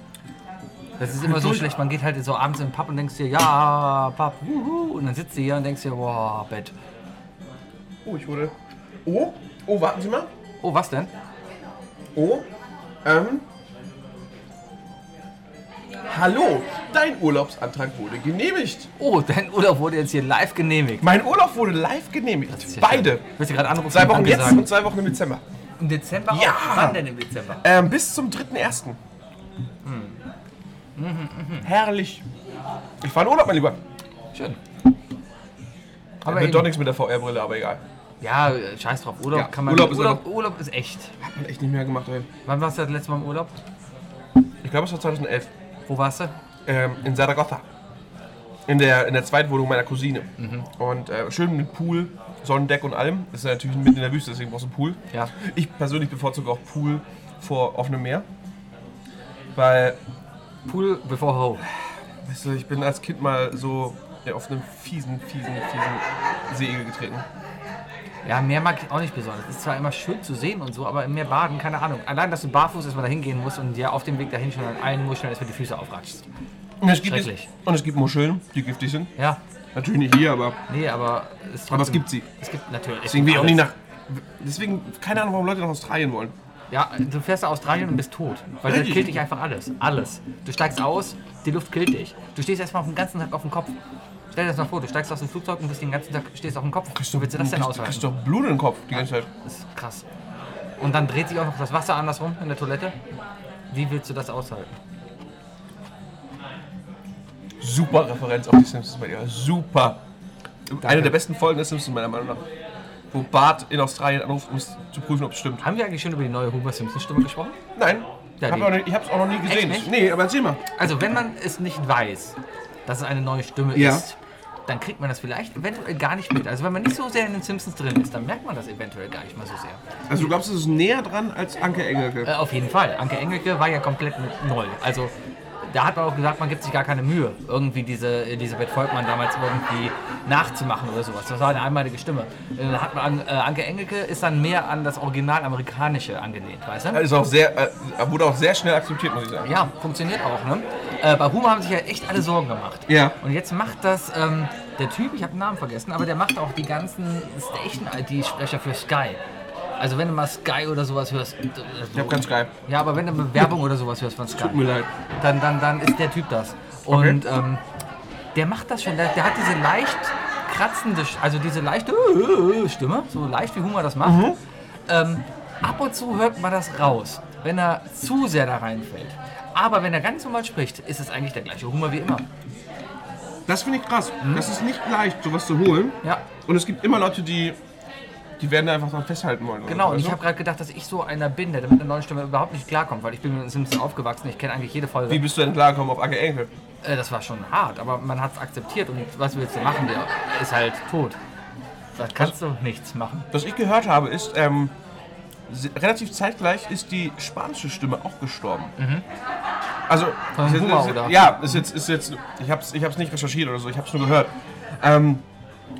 Das ist immer so schlecht. Man geht halt so abends in den Pub und denkst dir, ja, Pub, wuhu. Und dann sitzt du hier und denkst dir, boah, Bett.
Oh, ich wurde. Oh, oh, warten Sie mal.
Oh, was denn?
Oh, ähm. Hallo, dein Urlaubsantrag wurde genehmigt.
Oh, dein Urlaub wurde jetzt hier live genehmigt.
Mein Urlaub wurde live genehmigt. Beide.
Willst du gerade anrufen?
Zwei Wochen jetzt
Angesagt.
und zwei Wochen im Dezember.
Im Dezember?
Ja.
Auch? Wann denn im Dezember?
Ähm, bis zum 3.1. Hm. Mhm, Herrlich. Ich fahre in Urlaub, mein Lieber.
Schön.
Aber
eben-
Wird doch nichts mit der VR-Brille, aber egal.
eh Ja, äh, scheiß drauf. Urlaub
Ja,
kann man.
Urlaub ist
Urlaub,
aber-
Urlaub ist echt.
Hat man echt nicht mehr gemacht, ey.
Wann warst du das letzte Mal im Urlaub?
Ich glaube, es war 2011.
Wo warst du?
Ähm, in Zaragoza. In der, in der Zweitwohnung meiner Cousine. Und äh, schön mit Pool, Sonnendeck und allem. Das ist natürlich mitten in der Wüste, deswegen brauchst du einen Pool.
Ja.
Ich persönlich bevorzuge auch Pool vor offenem Meer. Weil
Pool before Ho.
Weißt du, Also ich bin als Kind mal so auf einen fiesen, fiesen, fiesen Seeigel getreten.
Ja, mehr mag ich auch nicht besonders. Ist zwar immer schön zu sehen und so, aber mehr baden, keine Ahnung. Allein, dass du barfuß erstmal dahin gehen musst und dir auf dem Weg dahin schon an allen Muscheln erstmal die Füße aufratschst.
Und es gibt,
Schrecklich.
und es gibt Muscheln, die giftig sind.
Ja,
Natürlich nicht hier, aber
nee, aber es,
Aber es
trotzdem-
gibt sie.
Es gibt natürlich.
deswegen will ich auch
alles.
nicht nach. Deswegen, keine Ahnung, warum Leute nach Australien wollen.
Ja, du fährst nach Australien und bist tot. Weil das
Wirklich?
killt dich einfach alles. Alles. Du steigst aus, die Luft killt dich. Du stehst erstmal auf den ganzen Tag auf dem Kopf. Stell dir das mal vor, du steigst aus dem Flugzeug und bist den ganzen Tag stehst auf dem Kopf. Wie willst du das denn
kriegst, kriegst
aushalten?
doch Blut in den Kopf die ganze Zeit.
Das ist krass. Und dann dreht sich auch noch das Wasser andersrum in der Toilette. Wie willst du das aushalten?
Super Referenz auf die Simpsons bei dir. Super. Eine der besten Folgen der Simpsons meiner Meinung nach. Wo Bart in Australien anruft, um es zu prüfen, ob es stimmt.
Haben wir eigentlich schon über die neue Homer Simpson-Stimme gesprochen?
Nein.
Ja,
hab
die-
auch nicht- ich habe es auch noch nie gesehen.
Echt nicht?
Nee, aber erzähl mal.
Also, wenn man es nicht weiß, dass es eine neue Stimme
Ja.
ist, dann kriegt man das vielleicht eventuell gar nicht mit. Also, wenn man nicht so sehr in den Simpsons drin ist, dann merkt man das eventuell gar nicht mal so sehr.
Also du glaubst, es ist näher dran als Anke Engelke.
Äh, auf jeden Fall. Anke Engelke war ja komplett neu. Also da hat man auch gesagt, man gibt sich gar keine Mühe, irgendwie diese Elisabeth Volkmann damals irgendwie nachzumachen oder sowas. Das war eine einmalige Stimme. Äh, Dann hat man, an- äh, Anke Engelke ist dann mehr an das Original amerikanische angelehnt, weißt du?
Ist auch sehr, äh, wurde auch sehr schnell akzeptiert, muss ich sagen.
Ja, funktioniert auch, ne? Äh, bei Humor haben sich ja echt alle Sorgen gemacht.
Ja.
Und jetzt macht das ähm, der Typ, ich habe den Namen vergessen, aber der macht auch die ganzen Station-ID-Sprecher für Sky. Also wenn du mal Sky oder sowas hörst. äh,
Ich habe ganz geil.
ja, aber wenn du eine Werbung oder sowas hörst von Sky,
Tut mir leid.
dann, dann, dann ist der Typ das. Und ähm, der macht das schon. Der, der hat diese leicht kratzende, Sch- also diese leichte Stimme, so leicht wie Humor das macht. Ähm, ab und zu hört man das raus, wenn er zu sehr da reinfällt. Aber wenn er ganz normal spricht, ist es eigentlich der gleiche Humor wie immer.
Das finde ich krass. Das ist nicht leicht, sowas zu holen.
Ja,
Und es gibt immer Leute, die, die werden da einfach dran festhalten wollen. oder Also,
genau.
so,
Und ich
weißt
habe gerade gedacht, dass ich so einer bin, der mit einer neuen Stimme überhaupt nicht klarkommt, weil ich bin mit den Simpsons aufgewachsen. Ich kenne eigentlich jede Folge.
du? Wie bist du denn klargekommen auf Anke Engelke?
Äh, das war schon hart, aber man hat es akzeptiert und was willst du machen? Der ist halt tot. Da kannst du nichts machen.
Was ich gehört habe, ist, ähm, se- relativ zeitgleich ist die spanische Stimme auch gestorben. Also,
Mhm. Von
ist jetzt,
Humor,
ist,
oder?
ja, ist jetzt, ist jetzt, ich hab's, ich hab's nicht recherchiert oder so, ich hab's nur gehört. Ähm,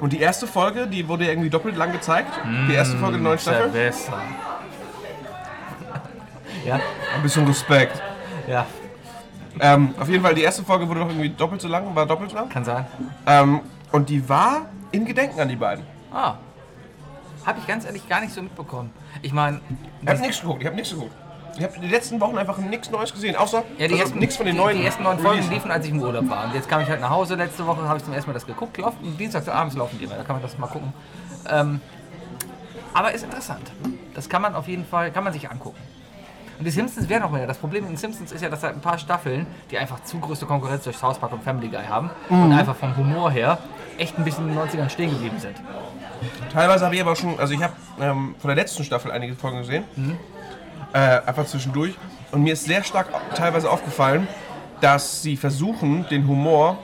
und die erste Folge, die wurde irgendwie doppelt lang gezeigt.
Mhm.
Die erste Folge der neuen Staffel.
besser. ja,
Ein bisschen Respekt.
ja,
Ähm, auf jeden Fall, die erste Folge wurde doch irgendwie doppelt so lang, war doppelt lang.
kann sein.
Ähm, und die war in Gedenken an die beiden.
Ah. Habe ich ganz ehrlich gar nicht so mitbekommen. Ich meine,
Ich hab nichts geguckt, ich hab nichts geguckt. Ich hab die letzten Wochen einfach nichts Neues gesehen, außer
ja, die
also
ersten,
nichts von den
die,
neuen.
Die ersten neun Folgen
Releases.
liefen, als ich im Urlaub war. Und jetzt kam ich halt nach Hause. Letzte Woche habe ich zum ersten Mal das geguckt. Laufen, Dienstags abends laufen die immer. Da kann man das mal gucken. Ähm, aber ist interessant. Das kann man auf jeden Fall, kann man sich angucken. Und die Simpsons wären auch mehr. Das Problem mit den Simpsons ist ja, dass da ein paar Staffeln, die einfach zu größte Konkurrenz durch South Park und Family Guy haben
Mhm.
und einfach vom Humor her echt ein bisschen in den 90ern stehen geblieben sind.
Teilweise habe ich aber schon, also ich habe ähm, von der letzten Staffel einige Folgen gesehen,
Mhm.
äh, einfach zwischendurch. Und mir ist sehr stark au- teilweise aufgefallen, dass sie versuchen, den Humor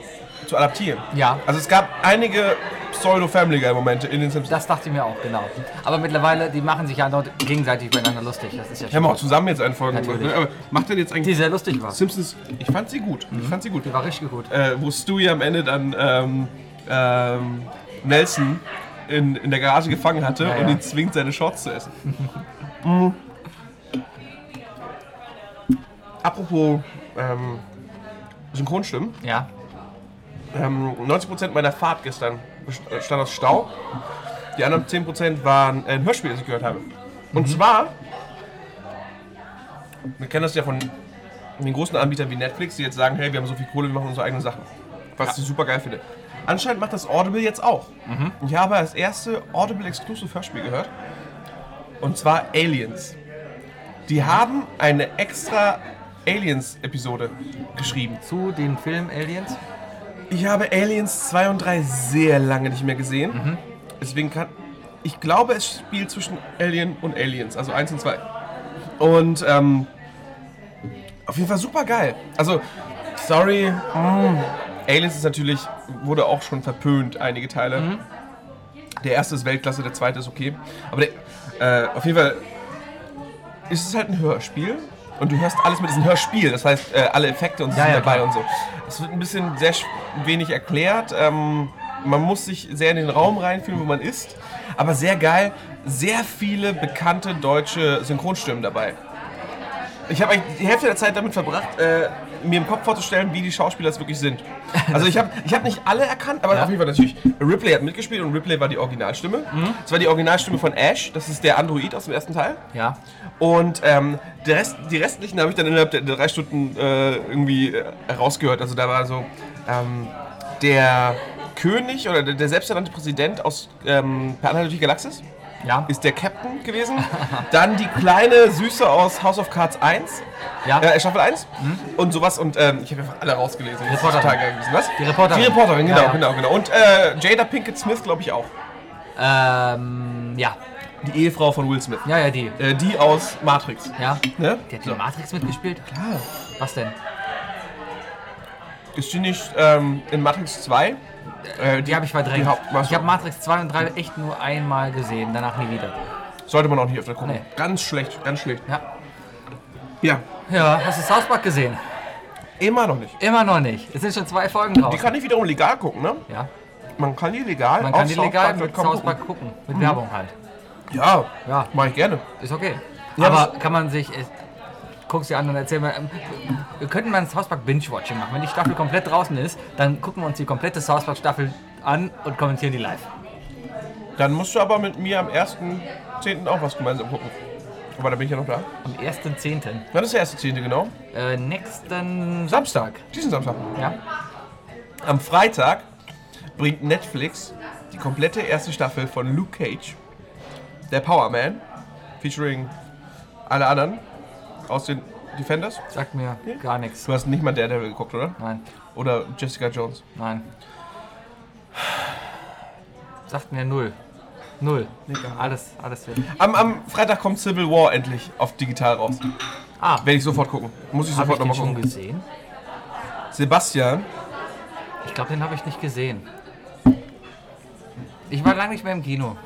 zu adaptieren.
Ja.
Also es gab einige Pseudo-Family Guy-Momente in den Simpsons.
Das dachte ich mir auch, genau. Aber mittlerweile, die machen sich ja dort gegenseitig übereinander lustig. Das ist ja
Wir haben auch zusammen jetzt eine Folge gemacht. Ne?
Natürlich.
Aber macht denn jetzt
Die
eigentlich
sehr lustig war.
Simpsons? Ich fand sie gut. Ich fand sie gut.
Die war richtig gut.
Äh, wo Stewie am Ende dann ähm, ähm, Nelson in, in der Garage gefangen hatte
Ja,
und
ja.
ihn zwingt, seine Shorts zu
[LAUGHS]
essen. Mhm. Apropos ähm, Synchronstimmen.
Ja.
Ähm, 90% meiner Fahrt gestern best- äh, stand aus Stau. Die anderen 10% waren äh, ein Hörspiel, das ich gehört habe. Und zwar, wir kennen das ja von den großen Anbietern wie Netflix, die jetzt sagen, hey, wir haben so viel Kohle, wir machen unsere eigenen Sachen. Was ich super geil finde. Anscheinend macht das Audible jetzt auch. Ich habe das erste Audible Exclusive Hörspiel gehört. Und zwar Aliens. Die haben eine extra Aliens-Episode geschrieben.
Zu dem Film Aliens.
Ich habe Aliens 2 und 3 sehr lange nicht mehr gesehen. Deswegen kann. Ich glaube, es spielt zwischen Alien und Aliens, also 1 und 2. Und ähm, auf jeden Fall super geil. Also, sorry.
Ah.
mm, Aliens ist natürlich, wurde auch schon verpönt, einige Teile.
Mhm.
Der erste ist Weltklasse, der zweite ist okay. Aber der, äh, auf jeden Fall ist es halt ein Hörspiel. Und du hörst alles mit diesem Hörspiel. Das heißt, äh, alle Effekte und so
Ja,
sind
ja,
dabei
klar.
und so. Es wird ein bisschen sehr sch- wenig erklärt. Ähm, man muss sich sehr in den Raum reinfühlen, wo man ist. Aber sehr geil, sehr viele bekannte deutsche Synchronstimmen dabei. Ich habe eigentlich die Hälfte der Zeit damit verbracht, äh, mir im Kopf vorzustellen, wie die Schauspieler es wirklich sind. Also ich habe ich hab nicht alle erkannt, aber
Ja.
auf jeden Fall natürlich. Ripley hat mitgespielt und Ripley war die Originalstimme. Das war die Originalstimme von Ash, das ist der Android aus dem ersten Teil.
Ja.
Und ähm, der Rest, die restlichen habe ich dann innerhalb der, der drei Stunden äh, irgendwie äh, rausgehört. Also da war so ähm, der König oder der, der selbsternannte Präsident aus ähm, Per Anhalter durch die Galaxis
Ja.
ist der Captain gewesen. dann die kleine Süße aus House of Cards 1,
ja.
äh, Staffel 1 und sowas. Und ähm, ich habe einfach alle rausgelesen. Das ist
Reporterin.
total geil gewesen. Was?
Die Reporterin.
Die Reporterin, genau,
Ja, ja.
genau, genau. Und äh, Jada Pinkett Smith, glaube ich, auch.
Ähm, ja.
Die Ehefrau von Will Smith.
Ja, ja, die.
Äh, die aus Matrix.
Ja.
Ne?
Die hat die Matrix mitgespielt?
Ah.
Was denn?
Ist die nicht ähm, in Matrix 2? Äh,
Die habe ich verdrängt.
Die Haupt-
ich habe Matrix 2 und 3 echt nur einmal gesehen, danach nie wieder.
Sollte man auch nicht öfter gucken.
Nee.
Ganz schlecht, ganz schlecht.
Ja.
Ja.
Ja, hast du South Park gesehen?
Immer noch nicht.
Immer noch nicht. Es sind schon zwei Folgen drauf.
Die kann ich wiederum legal gucken, ne?
ja.
Man kann die legal
Man kann
auf
die legal mit
southpark.com
South Park halt gucken. Mit Werbung halt.
gucken. Ja,
Ja.
mach ich gerne.
Ist okay.
Ja,
Aber kann man sich. äh, Guck's dir an und erzähl mal. ähm, Wir könnten mal ein South Park Binge-Watching machen. Wenn die Staffel komplett draußen ist, dann gucken wir uns die komplette South Park Staffel an und kommentieren die live.
Dann musst du aber mit mir am 1.10. auch was gemeinsam gucken. Aber da bin ich ja noch da.
Am 1.10.
Wann ist der erste Zehnte genau?
Äh, nächsten Samstag.
Diesen Samstag.
Ja.
Am Freitag bringt Netflix die komplette erste Staffel von Luke Cage, der Power Man, featuring alle anderen aus den Defenders.
Sagt mir gar nichts.
Du hast nicht mal Daredevil geguckt, oder?
Nein,
Oder Jessica Jones.
nein. Sagt mir null. Null. Alles, alles weg.
Am, am Freitag kommt Civil War endlich auf digital raus.
Ah,
Werde ich sofort gucken. Muss ich
habe
sofort
ich den
nochmal
schon
gucken.
gesehen?
Sebastian,
Ich glaube, den habe ich nicht gesehen. Ich war lange nicht mehr im Kino.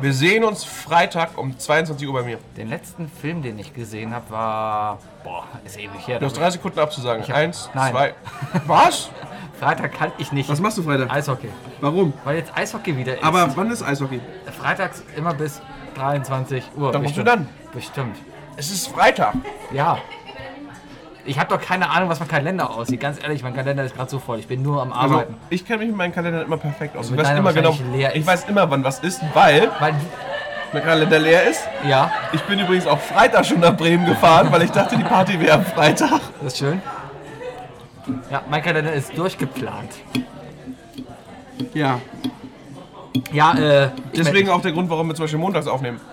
wir sehen uns Freitag um 22 Uhr bei mir.
Den letzten Film, den ich gesehen habe, war. Boah, ist ewig her.
Du hast drei Sekunden abzusagen.
hab-
Eins,
Nein. [LAUGHS]
zwei. Was?
Freitag kann ich nicht.
machst du Freitag?
Eishockey.
Warum?
Weil jetzt Eishockey wieder ist.
wann ist Eishockey?
Freitags immer bis 23 Uhr.
Dann musst du
Bestimmt.
dann.
Bestimmt.
Es ist Freitag.
Ja. Ich habe doch keine Ahnung, was mein Kalender aussieht. Ganz ehrlich, mein Kalender ist gerade so voll. Ich bin nur am
Also,
Arbeiten.
ich kenne mich mit meinen Kalendern immer perfekt aus. Ich
Mit
weiß
deiner
immer genau,
wahrscheinlich leer
ich
ist.
weiß immer, wann was ist, weil
Weil,
mein Kalender leer ist.
ja,
Ich bin übrigens auch Freitag schon nach Bremen gefahren, weil ich dachte, die Party wäre am Freitag.
das ist schön. Ja, mein Kalender ist durchgeplant.
Ja.
Ja, äh. ich
Deswegen auch der Grund, warum wir zum Beispiel montags aufnehmen.
mein-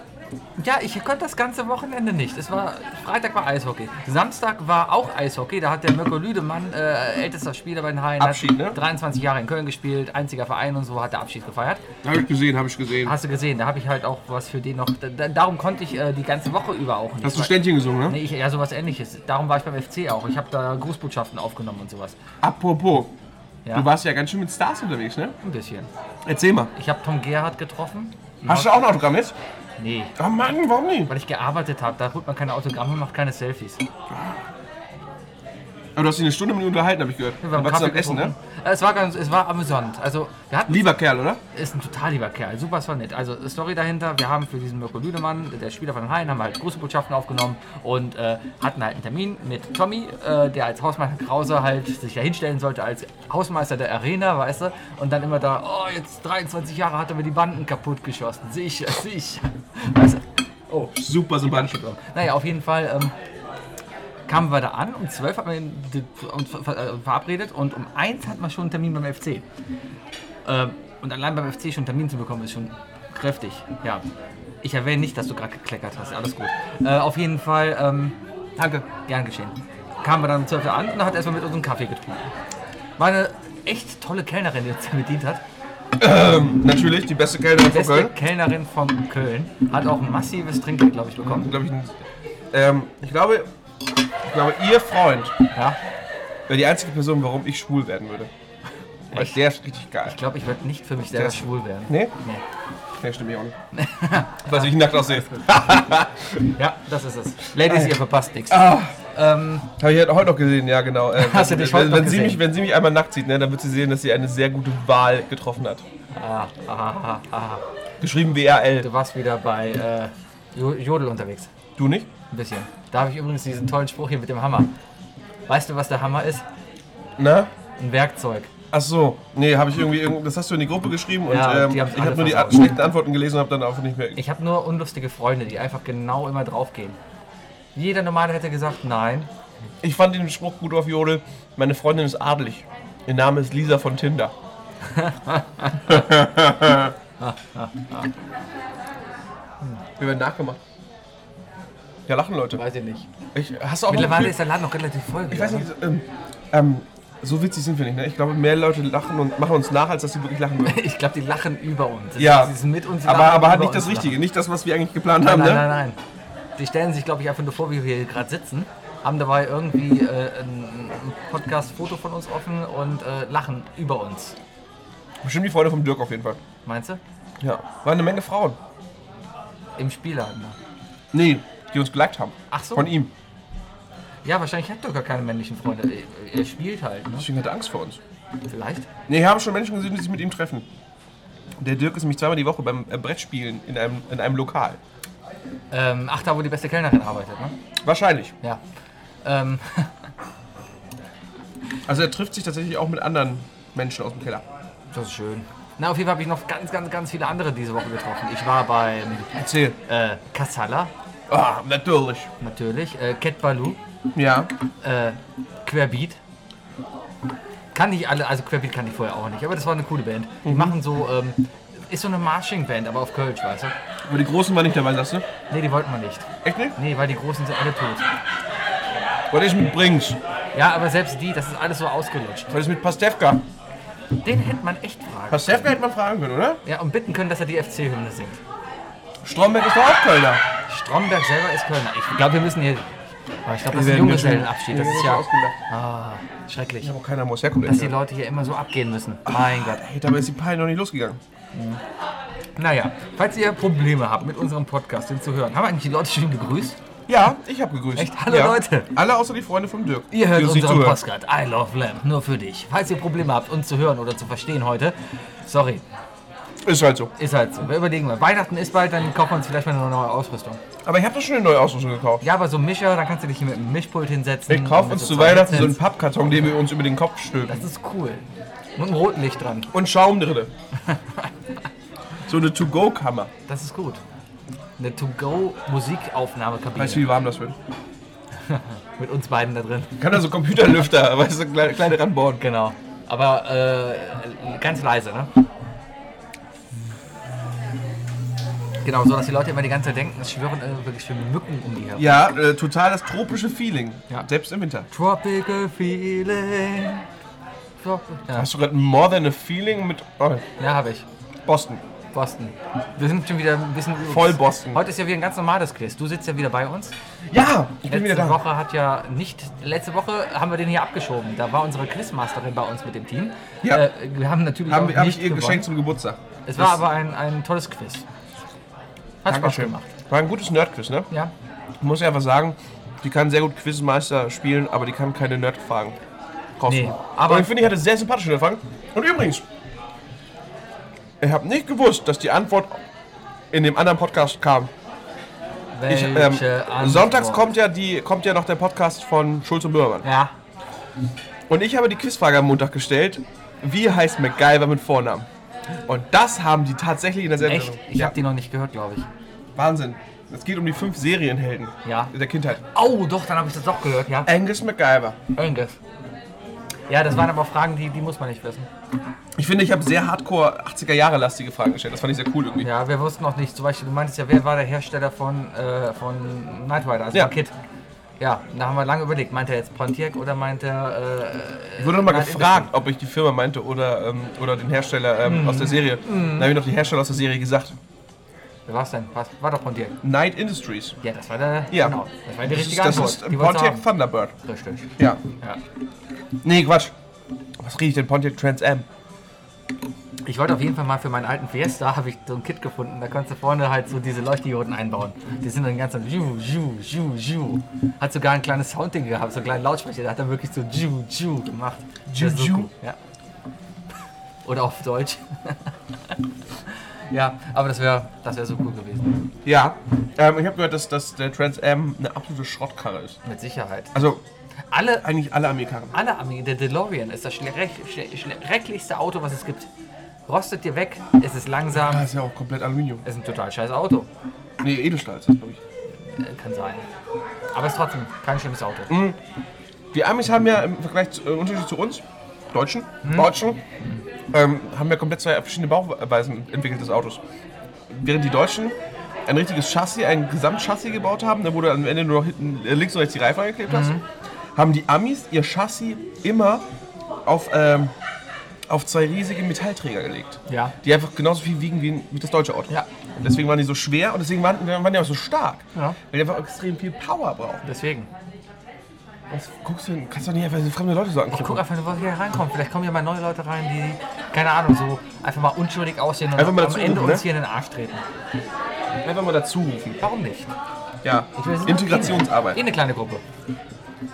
Ja, ich konnte das ganze Wochenende nicht. Es war. Freitag war Eishockey. Samstag war auch Eishockey. Da hat der Mirko Lüdemann, äh, ältester Spieler bei den Haien,
Abschied, ne?
hat 23 Jahre in Köln gespielt, einziger Verein und so, hat der Abschied gefeiert.
Habe ich gesehen, habe ich gesehen.
Hast du gesehen, da habe ich halt auch was für den noch. Da, da, darum konnte ich äh, die ganze Woche über auch nicht. weil-
Ständchen gesungen, ne?
Nee, ich, ja, sowas ähnliches. Darum war ich beim FC auch. Ich habe da Grußbotschaften aufgenommen und sowas.
Apropos,
Ja,
du warst ja ganz schön mit Stars unterwegs, ne?
ein bisschen.
Erzähl mal.
Ich habe Tom Gerhardt getroffen.
Hast du auch ein Autogramm jetzt?
Nee,
Oh Mann, warum nicht?
weil ich gearbeitet habe. Da holt man keine Autogramme, macht keine Selfies.
Aber du hast dich eine Stunde mit ihm unterhalten, habe ich gehört.
Wir
Du
haben
warst
Kaffee
am Essen, ne?
getrunken. Äh, Es war ganz, es war amüsant. Also wir hatten,
Lieber Kerl, oder?
ist ein total lieber Kerl, super war nett. Also Story dahinter, wir haben für diesen Mirko Lüdemann, der Spieler von Hain, haben wir halt Grußbotschaften aufgenommen und äh, hatten halt einen Termin mit Tommy, äh, der als Hausmeister Krause halt sich da hinstellen sollte als Hausmeister der Arena, weißt du? Und dann immer da, oh, jetzt 23 Jahre hat er mir die Banden kaputt geschossen. Sicher, sicher. Weißt du? Oh.
Super sympathisch.
Naja, auf jeden Fall ähm, kamen wir da an. Um 12 haben wir die- uns ver- ver- verabredet und um 1 hatten wir schon einen Termin beim FC. Ähm, und allein beim FC schon einen Termin zu bekommen, ist schon kräftig. Ja. Ich erwähne nicht, dass du gerade gekleckert hast. Alles gut. Äh, auf jeden Fall, ähm, danke, gern geschehen. Kamen wir dann um 12 Uhr an und hat erstmal mit uns einen Kaffee getrunken. War eine echt tolle Kellnerin, die uns da bedient hat.
Natürlich, die beste Kellnerin von
Beste
Köln.
Kellnerin von Köln. Hat auch ein massives Trinkgeld, glaube ich, bekommen.
Glaub ich, ein- ähm, ich glaube, ich glaube, ihr Freund
Ja.
wäre die einzige Person, warum ich schwul werden würde. Weil der ist richtig geil.
Ich glaube, ich werde nicht für mich selber
Das-
schwul werden.
Nee?
Nee.
Nee, stimmt ich auch nicht. Dass ich nackt aussehe.
Ja, das ist es. Ladies, ihr verpasst nichts.
Ah,
Ähm,
Habe ich halt heute noch gesehen, ja genau. Äh,
Hast du dich heute
wenn,
noch
wenn, sie
gesehen?
mich, wenn sie mich einmal nackt sieht, ne, dann wird sie sehen, dass sie eine sehr gute Wahl getroffen hat.
ah, ah, ah, ah.
Geschrieben WRL.
Du warst wieder bei äh, Jo- Jodel unterwegs.
Du nicht?
Ein bisschen. Da habe ich übrigens diesen tollen Spruch hier mit dem Hammer. Weißt du, was der Hammer ist?
Na?
Ein Werkzeug.
Ach so, nee, habe ich irgendwie, irgend- das hast du in die Gruppe geschrieben und
Ja,
ähm,
die haben's
ich habe
alle
nur die
versaut.
schlechten Antworten gelesen und habe dann auch nicht mehr.
Ich habe nur unlustige Freunde, die einfach genau immer draufgehen. Jeder Normale hätte gesagt, nein.
Ich fand den Spruch gut auf Jodel. Meine Freundin ist adelig. Ihr Name ist Lisa von
[LAUGHS]
Tinder. Wir werden nachgemacht. Ja, lachen Leute.
Weiß ich nicht.
Ich, hast du auch
Mittlerweile
ein
ist der Laden noch relativ voll.
Ich
wieder,
weiß
ne?
nicht, ähm, ähm, so witzig sind wir nicht. Ne? Ich glaube, mehr Leute lachen und machen uns nach, als dass sie wirklich lachen würden.
Ich glaube, die [LAUGHS] lachen über uns. Sie-
Ja.
Sie sind mit uns. sie
Aber,
lachen
aber halt
über
nicht das
uns.
Richtige, nicht das, was wir eigentlich geplant haben.
Nein, nein,
ne?
nein, nein. Die stellen sich, glaube ich, einfach nur vor, wie wir hier gerade sitzen, haben dabei irgendwie äh, ein ein Podcast-Foto von uns offen und äh, lachen über uns.
Bestimmt die Freunde vom Dirk auf jeden Fall.
Meinst du?
Ja. War eine Menge Frauen.
Im Spielladen. ne?
Nee, die uns geliked haben.
Ach so.
Von ihm.
Ja, wahrscheinlich hat er gar keine männlichen Freunde. Er- Er spielt halt, ne?
Deswegen hat er Angst vor uns.
Vielleicht.
Nee, ich habe schon Menschen gesehen, die sich mit ihm treffen. Der Dirk ist nämlich zweimal die Woche beim äh, Brettspielen in einem, in einem Lokal.
Ähm, ach, da, wo die beste Kellnerin arbeitet, ne?
Wahrscheinlich.
Ja. Ähm, [LAUGHS]
Also er trifft sich tatsächlich auch mit anderen Menschen aus dem Keller.
das ist schön. Na, auf jeden Fall habe ich noch ganz, ganz, ganz viele andere diese Woche getroffen. Ich war beim
Erzähl.
äh, Kassala,
Ah, natürlich.
natürlich, äh, Cat Baloo,
Ja.
äh, Querbeat. Kann ich alle, also Querbeat kann ich vorher auch nicht, aber das war eine coole Band.
Mhm.
Die machen so, ähm, ist so eine Marching-Band, aber auf Kölsch, weißt du?
Aber die Großen waren nicht dabei, sagst du?
Nee, die wollten wir nicht.
Echt nicht?
Nee, weil die Großen sind alle tot.
Was ist mit Brings?
Ja, aber selbst die, das ist alles so ausgelutscht.
Was ist mit Pastewka?
Den hätte man echt fragen.
Pastewka hätte man fragen können, oder?
Ja, und bitten können, dass er die FC-Hymne singt.
Stromberg ist doch auch Kölner.
Stromberg selber ist Kölner. Ich glaube, wir müssen hier. Aber ich glaube, das ist
Wir werden jetzt-
ein Junggesellenabschied. Das
wir
ist
werden
ja
jetzt ausgelacht.
ah, schrecklich.
Aber keiner muss herkommen.
Dass die Leute hier immer so abgehen müssen. Mein Gott.
Hey, dabei ist die Pein noch nicht losgegangen.
Naja, falls ihr Probleme habt mit unserem Podcast, den zu hören, haben eigentlich die Leute schon gegrüßt?
Ja, ich habe gegrüßt.
Echt? Alle
ja.
Leute?
Alle außer die Freunde vom Dirk.
Ihr hört
die uns nicht
unseren
zuhören.
Podcast I Love Lamp, nur für dich. Falls ihr Probleme habt, uns zu hören oder zu verstehen heute, sorry,
Ist halt so.
ist halt so. Wir überlegen mal. Weihnachten ist bald, dann kaufen wir uns vielleicht mal eine neue Ausrüstung.
Aber ich habe doch schon eine neue Ausrüstung gekauft.
Ja, aber so ein Mischer, dann kannst du dich hier mit einem Mischpult hinsetzen.
Ich kaufe
und
uns
mit
zu
zwei
Weihnachten so einen
Headsets.
Pappkarton, den wir uns über den Kopf stülpen.
Das ist cool. Mit einem roten Licht dran.
Und Schaum drinne.
[LAUGHS]
so eine To-Go-Kammer.
Das ist gut. Eine To-Go-Musikaufnahmekabine.
Weißt du, wie warm das wird?
Mit uns beiden da drin.
Kann da so Computerlüfter, [LAUGHS] weißt du, kleine, kleine ranbauen.
Genau. Aber äh, ganz leise, ne? Genau, so dass die Leute immer die ganze Zeit denken, es schwirren äh, wirklich schöne Mücken um die herum.
Ja, äh, total das tropische Feeling.
Ja.
Selbst im Winter.
Tropical Feeling. Tropi- Ja,
Hast du gerade More Than a Feeling mit oh,
ja habe ich.
Boston?
Boston. Wir sind schon wieder ein bisschen über-
Voll Boston.
Heute ist ja wieder ein ganz normales Quiz. Du sitzt ja wieder bei uns.
Ja, ich bin wieder
Letzte
da.
Woche hat ja nicht. Letzte Woche haben wir den hier abgeschoben. Da war unsere Quizmasterin bei uns mit dem Team.
Ja.
Äh, wir haben natürlich
Haben
auch
wir- Hab
nicht
ich ihr
gewonnen.
geschenkt zum Geburtstag.
Es war
Das-
aber ein, ein tolles Quiz. Hat Spaß
Dankeschön.
gemacht.
War ein gutes Nerdquiz, ne?
Ja.
Ich muss ja einfach sagen, die kann sehr gut Quizmeister spielen, aber die kann keine Nerdfragen kaufen.
Nee, aber-
aber ich finde, ich hatte sehr sympathische Anfang. Und übrigens, ich habe nicht gewusst, dass die Antwort in dem anderen Podcast kam. Ich, ähm,
Antwort?
sonntags kommt ja, die, kommt ja noch der Podcast von Schulz und Böhmermann.
Ja.
Und ich habe die Quizfrage am Montag gestellt, wie heißt MacGyver mit Vornamen? Und das haben die tatsächlich in der Sendung.
Echt? Ich
Äh, ja,
habe die noch nicht gehört, glaube ich.
Wahnsinn. Es geht um die fünf Serienhelden
Ja.
der Kindheit.
Oh, doch, dann habe ich das doch gehört, ja.
Angus MacGyver.
Irgendwas. Ja, das waren aber Fragen, die, die muss man nicht wissen.
Ich finde, ich habe sehr hardcore 80er-Jahre-lastige Fragen gestellt. Das fand ich sehr cool irgendwie.
Ja, wir wussten noch nicht. Zum Beispiel, du meintest ja, wer war der Hersteller von, äh, von Knight Rider, also
Ja.
von Kit. Ja, da haben wir lange überlegt. Meint er jetzt Pontiac oder meint er. Äh,
Ich wurde nochmal
Nein,
gefragt, ob ich die Firma meinte oder, ähm, oder den Hersteller
Mhm.
ähm, aus der Serie. Dann habe ich noch die Hersteller aus der Serie gesagt.
wer war's denn? Was, war doch Pontiac.
Knight Industries.
Ja, das war der.
Ja.
Genau. Das war die
Das
richtige
ist, das
Antwort.
ist
die
ähm,
wolltest du
Pontiac Thunderbird.
haben. Richtig.
Ja.
Ja.
Nee, Quatsch. Was rieche ich denn? Pontiac Trans Am.
Ich wollte auf jeden Fall mal für meinen alten Fiesta, habe ich so ein Kit gefunden, da kannst du vorne halt so diese Leuchtdioden einbauen. Die sind dann ganz so jiu, jiu, jiu, jiu. Hat sogar ein kleines Soundding gehabt, so einen kleinen Lautsprecher, der hat dann wirklich so jiu, jiu gemacht.
Jiu,
Der ist so
jiu.
cool, Ja. Oder auf Deutsch. [LAUGHS] ja, aber das wäre das wär so cool gewesen.
Ja, ähm, ich habe gehört, dass, dass der Trans Am eine absolute Schrottkarre ist.
Mit Sicherheit.
Also
Alle,
eigentlich alle Armeekarren.
alle Armeen, der DeLorean ist das schreck, schreck, schrecklichste Auto, was es gibt. Rostet dir weg, es ist langsam,
Das ist ja auch komplett Aluminium.
es ist ein total scheiß Auto.
Nee, Edelstahl ist das, glaube ich.
Äh, Kann sein. Aber es ist trotzdem kein schlimmes Auto.
Mhm. Die Amis haben ja im Vergleich zu, äh, im Unterschied zu uns, Deutschen,
Hm.
Deutschen, ähm, haben ja komplett zwei verschiedene Bauweisen entwickelt des Autos. Während die Deutschen ein richtiges Chassis, ein Gesamtchassis gebaut haben, da wurde am Ende nur noch hinten äh, links und rechts die Reifen angeklebt hast,
Mhm.
haben die Amis ihr Chassis immer auf, ähm, auf zwei riesige Metallträger gelegt.
Ja.
Die einfach genauso viel wiegen wie, ein- wie das deutsche Auto.
Ja.
Und deswegen waren die so schwer und deswegen waren, waren die auch so stark.
Ja.
Weil die einfach extrem viel Power brauchen.
Deswegen.
Was Also, guckst du denn? Kannst doch nicht einfach so fremde Leute so angucken.
Guck einfach, wo hier reinkommen. Vielleicht kommen hier mal neue Leute rein, die, keine Ahnung, so einfach mal unschuldig aussehen und
Einfach mal
am
dazu
Ende
gucken,
uns
ne?
hier in den Arsch treten.
Einfach mal dazu rufen.
Warum nicht?
Ja,
Wir sind Eh
Integrationsarbeit.
eine kleine Gruppe.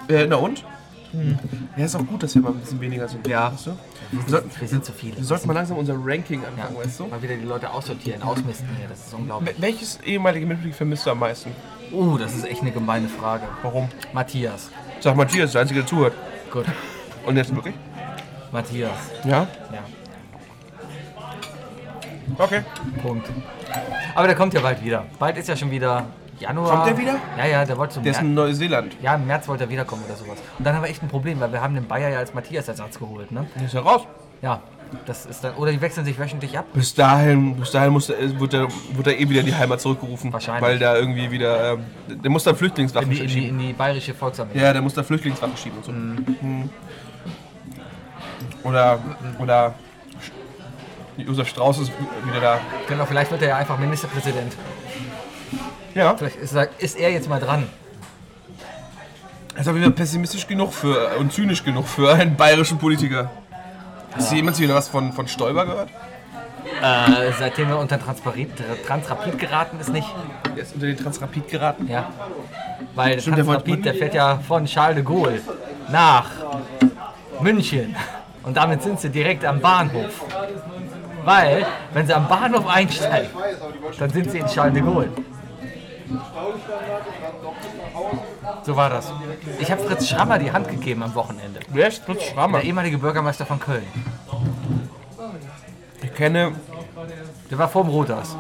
Äh, na und? Hm. Ja, ist auch gut, dass wir mal ein bisschen weniger sind.
Ja.
Weißt du? Wir sollten,
Wir sind zu viele.
wir sollten mal langsam unser Ranking
Ja.
anfangen, weißt du?
Mal wieder die Leute aussortieren, ausmisten hier. Das ist unglaublich.
Wel- Welches ehemalige Mitglied vermisst du am meisten?
Uh, das ist echt eine gemeine Frage.
Warum?
Matthias.
Sag Matthias, der Einzige, der zuhört.
Gut.
Und jetzt wirklich?
Matthias.
Ja.
Ja.
Okay.
Punkt. Aber der kommt ja bald wieder. Bald ist ja schon wieder Januar.
Kommt der wieder?
Ja, ja, der wollte zum
Der ist in Neuseeland.
Ja, im März wollte er wiederkommen oder sowas. Und dann haben wir echt ein Problem, weil wir haben den Bayer ja als Matthias-Ersatz geholt, ne?
Der ist ja raus.
Ja, das ist dann... Oder die wechseln sich wöchentlich ab.
Bis dahin, bis dahin muss, er- wird, er, wird er eh wieder in die Heimat zurückgerufen.
Wahrscheinlich.
Weil da irgendwie wieder. Ähm, der muss da Flüchtlingswaffen
In die, in Also die,
schieben.
in die bayerische Volksarmee.
Ja, der muss da Flüchtlingswaffen schieben und so. Mhm. Oder, oder Josef Strauß ist wieder da.
Genau, vielleicht wird er ja einfach Ministerpräsident.
Ja.
Vielleicht ist er, ist er jetzt mal dran.
Ist aber wieder pessimistisch genug für und zynisch genug für einen bayerischen Politiker. Hast du jemals wieder was von, von Stoiber gehört?
Äh, seitdem er unter Transparit, Transrapid geraten ist, nicht.
Der ist unter den Transrapid geraten.
Ja. Weil
Stimmt,
der
der
Transrapid,
wollte-
der fährt ja von Charles de Gaulle nach München. Und damit sind sie direkt am Bahnhof. Weil, wenn sie am Bahnhof einsteigen, dann sind sie in Charles de Gaulle. So war das. Ich habe Fritz Schrammer die Hand gegeben am Wochenende.
Wer ist Fritz Schrammer?
Der ehemalige Bürgermeister von Köln.
Ich kenne,
Der war vorm Rotas.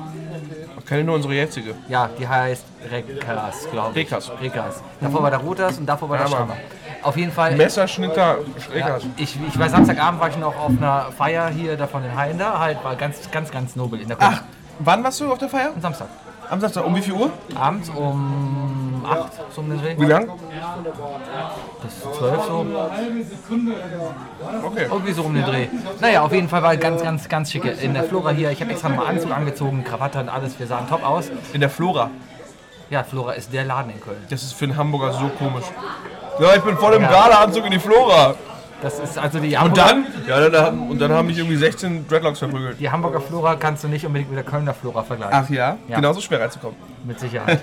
ich kenne nur unsere jetzige.
Ja, die heißt Rekas, glaube ich.
Rekas.
Rekas. Davor war der Rotas und davor war der
Ja,
Schrammer.
Mann.
Auf jeden Fall.
Messerschnitter
Ja,
Schrägers.
Ah, ich, ich war Samstagabend war ich noch auf einer Feier hier da von den Hallen da, halt war ganz, ganz, ganz nobel in der Kunst.
Ach, wann warst du auf der Feier?
Am Samstag.
Am Samstag. Um wie viel Uhr?
Abends um 8 so um den Dreh.
Wie lang?
Bis 12 so.
Okay.
Irgendwie so um den Dreh. Naja, auf jeden Fall war ganz, ganz, ganz schicke. In der Flora hier, ich habe extra nochmal Anzug angezogen, Krawatte und alles, wir sahen top aus.
In der Flora.
Ja, Flora ist der Laden in Köln.
Das ist für einen Hamburger so komisch. Ja, ich bin voll im
Ja.
Galaanzug in die Flora.
Das ist also die
Und
Hamburger,
dann? Ja, dann, haben- und dann haben mich irgendwie 16 Dreadlocks verprügelt.
die Hamburger Flora kannst du nicht unbedingt mit der Kölner Flora vergleichen.
Ach ja?
Ja.
Genauso schwer reinzukommen.
Mit Sicherheit.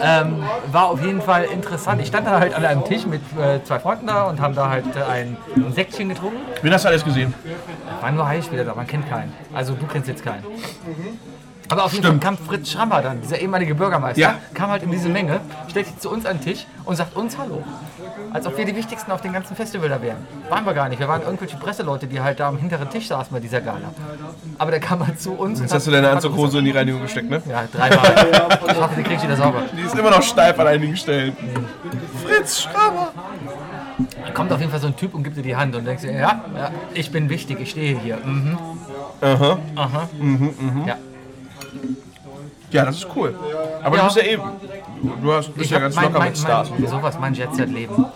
ähm, war auf jeden Fall interessant. Ich stand da halt an einem Tisch mit äh, zwei Freunden da und haben da halt äh, ein, ein Säckchen getrunken.
Wen hast du alles gesehen?
Waren nur Heilspieler da, man kennt keinen. Also du kennst jetzt keinen. Aber auf jeden
Stimmt.
Fall kam Fritz Schrammer dann, dieser ehemalige Bürgermeister,
Ja.
kam halt in diese Menge, stellt sich zu uns an den Tisch und sagt uns Hallo. Als ob wir die Wichtigsten auf dem ganzen Festival da wären. Waren wir gar nicht. Wir waren irgendwelche Presseleute, die halt da am hinteren Tisch saßen bei dieser Gala. Aber der kam halt zu uns. und
Jetzt
hat-
hast du deine
hat
Anzughose in die Reinigung gesteckt, ne?
uns- Ja, dreimal. Ich hoffe, die kriegst du wieder sauber.
Die ist immer noch steif an einigen Stellen. Fritz Schrammer.
Kommt auf jeden Fall so ein Typ und gibt dir die Hand und denkst dir, ja, ja ich bin wichtig, ich stehe hier. Mhm,
Aha.
aha. Ja.
Mhm, Ja, das ist cool. Aber
Ja.
du bist ja eben. Du hast, bist ja
hab
ganz
mein,
locker
mein,
mit Stars.
Mein, sowas, mein Jet-Set-Leben.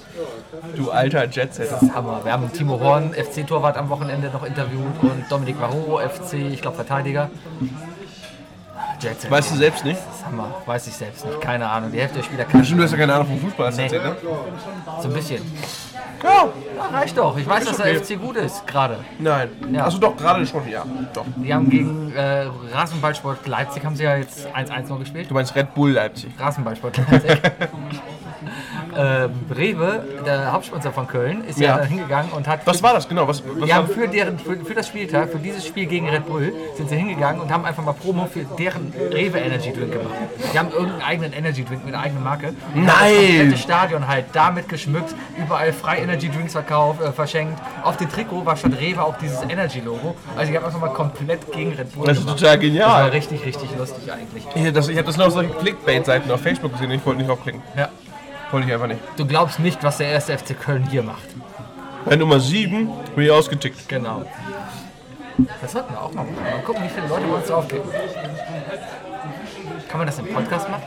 Du alter Jetsetter.
Hammer. Wir haben Timo Horn, FC-Torwart am Wochenende noch interviewt und Dominik Varro, FC, ich glaube Verteidiger. Jet-Set.
Weißt du selbst nicht?
das ist Hammer. Weiß ich selbst nicht. Keine Ahnung. Die Hälfte der Spieler kann
Stimmt, du hast ja keine Ahnung vom Fußball, hast du
Nee.
erzählt, ne?
so ein bisschen.
Ja,
Ja, reicht doch. Ich weiß, dass der FC gut ist gerade.
nein.
Ja.
Achso, doch, gerade schon, ja. Doch.
Die haben gegen äh, Rasenballsport Leipzig haben sie ja jetzt 1-1 noch gespielt.
Du meinst Red Bull Leipzig.
Rasenballsport Leipzig. [LAUGHS] ähm, Rewe, der Hauptsponsor von Köln, ist ja,
Ja.
hingegangen und hat
Was war das, genau? Was, was
Die
war,
haben für, deren, für, für das Spieltag, für dieses Spiel gegen Red Bull, sind sie hingegangen und haben einfach mal Promo für deren Rewe Energy Drink gemacht. Die haben irgendeinen eigenen Energy Drink mit einer eigenen Marke. Und haben
Nein!
Das komplette Stadion halt damit geschmückt, überall frei Energy Drinks verkauft, äh, verschenkt. Auf dem Trikot war statt Rewe auch dieses Energy Logo. Also die haben einfach mal komplett gegen Red Bull
das ist
gemacht.
total
Das war
genial.
richtig, richtig lustig eigentlich.
Ich, das- ich habe das nur auf solchen Clickbait-Seiten auf Facebook gesehen und ich wollte nicht aufklicken.
Ja.
Wollte ich einfach nicht.
Du glaubst nicht, was der erste FC Köln hier macht.
Bei Nummer 7 bin ich ausgetickt.
Genau. Das sollten wir auch mal machen. Mal gucken, wie viele Leute bei uns aufgehen. Kann man das im Podcast machen?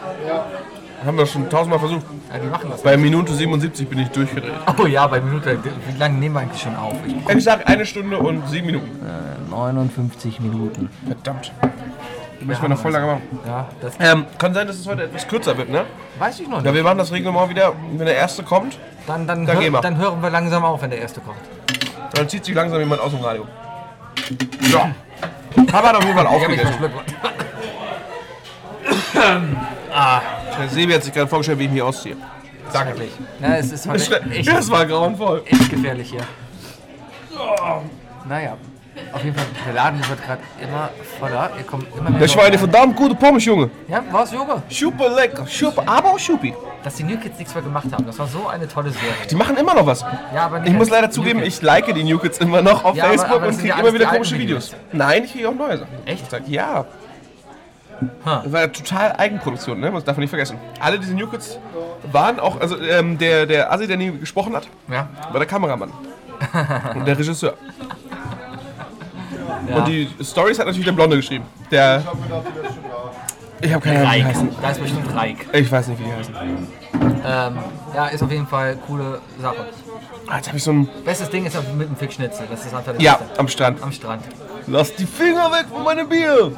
Haben wir schon tausendmal versucht.
Ja, wir machen das.
Bei Minute 77 bin ich durchgedreht.
Oh ja, bei Minute. Wie lange nehmen wir eigentlich schon auf? Ich
Ich sag eine Stunde und sieben Minuten.
59 Minuten.
Verdammt. Müssen wir noch voll lange machen.
ja, das
Ähm, kann sein, dass es heute etwas kürzer wird, ne?
weiß ich noch
Ja,
nicht.
wir machen das Reglement wieder. Wenn der erste kommt,
Dann, dann,
Dann
hör-
gehen wir.
dann hören wir langsam auf, wenn der erste kommt.
dann zieht sich langsam jemand aus dem Radio.
[LAUGHS]
So. Papa hat auf jeden Fall
Ich habe mich
aufgegessen.
verschluckt.
Der Sebi hat sich gerade vorgestellt, wie ich mich ausziehe.
Danke. Ja, es ist
Das,
heute echt,
das war grauenvoll.
echt gefährlich hier. Naja, auf jeden Fall, der Laden wird gerade immer voller. Ihr kommt immer mehr.
Das war eine
Leute.
verdammt gute Pommes, Junge.
Ja, war's Joghurt.
Super lecker. Super, aber auch super.
Dass die New Kids nichts mehr gemacht haben, das war so eine tolle Serie.
Die machen immer noch was.
Ja, aber
Ich muss leider zugeben, ich like die New Kids immer noch auf
Ja, aber-
Facebook
aber das
und
sind
kriege
ja
immer
alles
wieder
die alten
komische Videos.
Videos.
Nein, ich kriege auch neue Sachen.
Echt?
Ich sag, Ja.
Ha.
Das war ja total Eigenproduktion, ne? Das darf man nicht vergessen. Alle diese New Kids waren auch, also ähm, der, der Assi, der nie gesprochen hat,
Ja.
war der Kameramann. und der Regisseur.
ja.
Und die Stories hat natürlich der Blonde geschrieben. Der. Ich habe keine Ahnung, wie die heißen.
Reik. Da ist bestimmt Reik.
Ich weiß nicht, wie die heißen.
Ähm, ja, ist auf jeden Fall coole Sache.
Ah, jetzt habe ich so ein.
Bestes Ding ist auch mit dem Fickschnitzel. Das ist einfach das
Ja,
Beste.
am Strand.
Am Strand.
Lass die Finger weg von meinem Bier!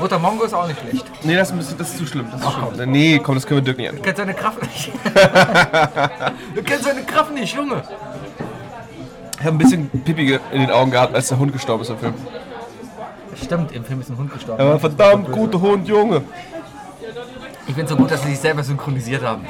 Roter Mongo ist auch nicht schlecht.
Nee, das ist, ein bisschen, das ist zu schlimm. Das ist zu schlimm. Nee, komm, das können wir Dirk nicht an.
Du kennst seine
[LAUGHS]
Kraft nicht. du kennst seine Kraft nicht, Junge.
Ich habe ein bisschen Pipi ge- in den Augen gehabt, als der Hund gestorben ist im Film.
Stimmt, im Film ist ein Hund gestorben.
Er war ein verdammt guter Hund, Junge.
Ich finde so gut, dass sie sich selber synchronisiert haben.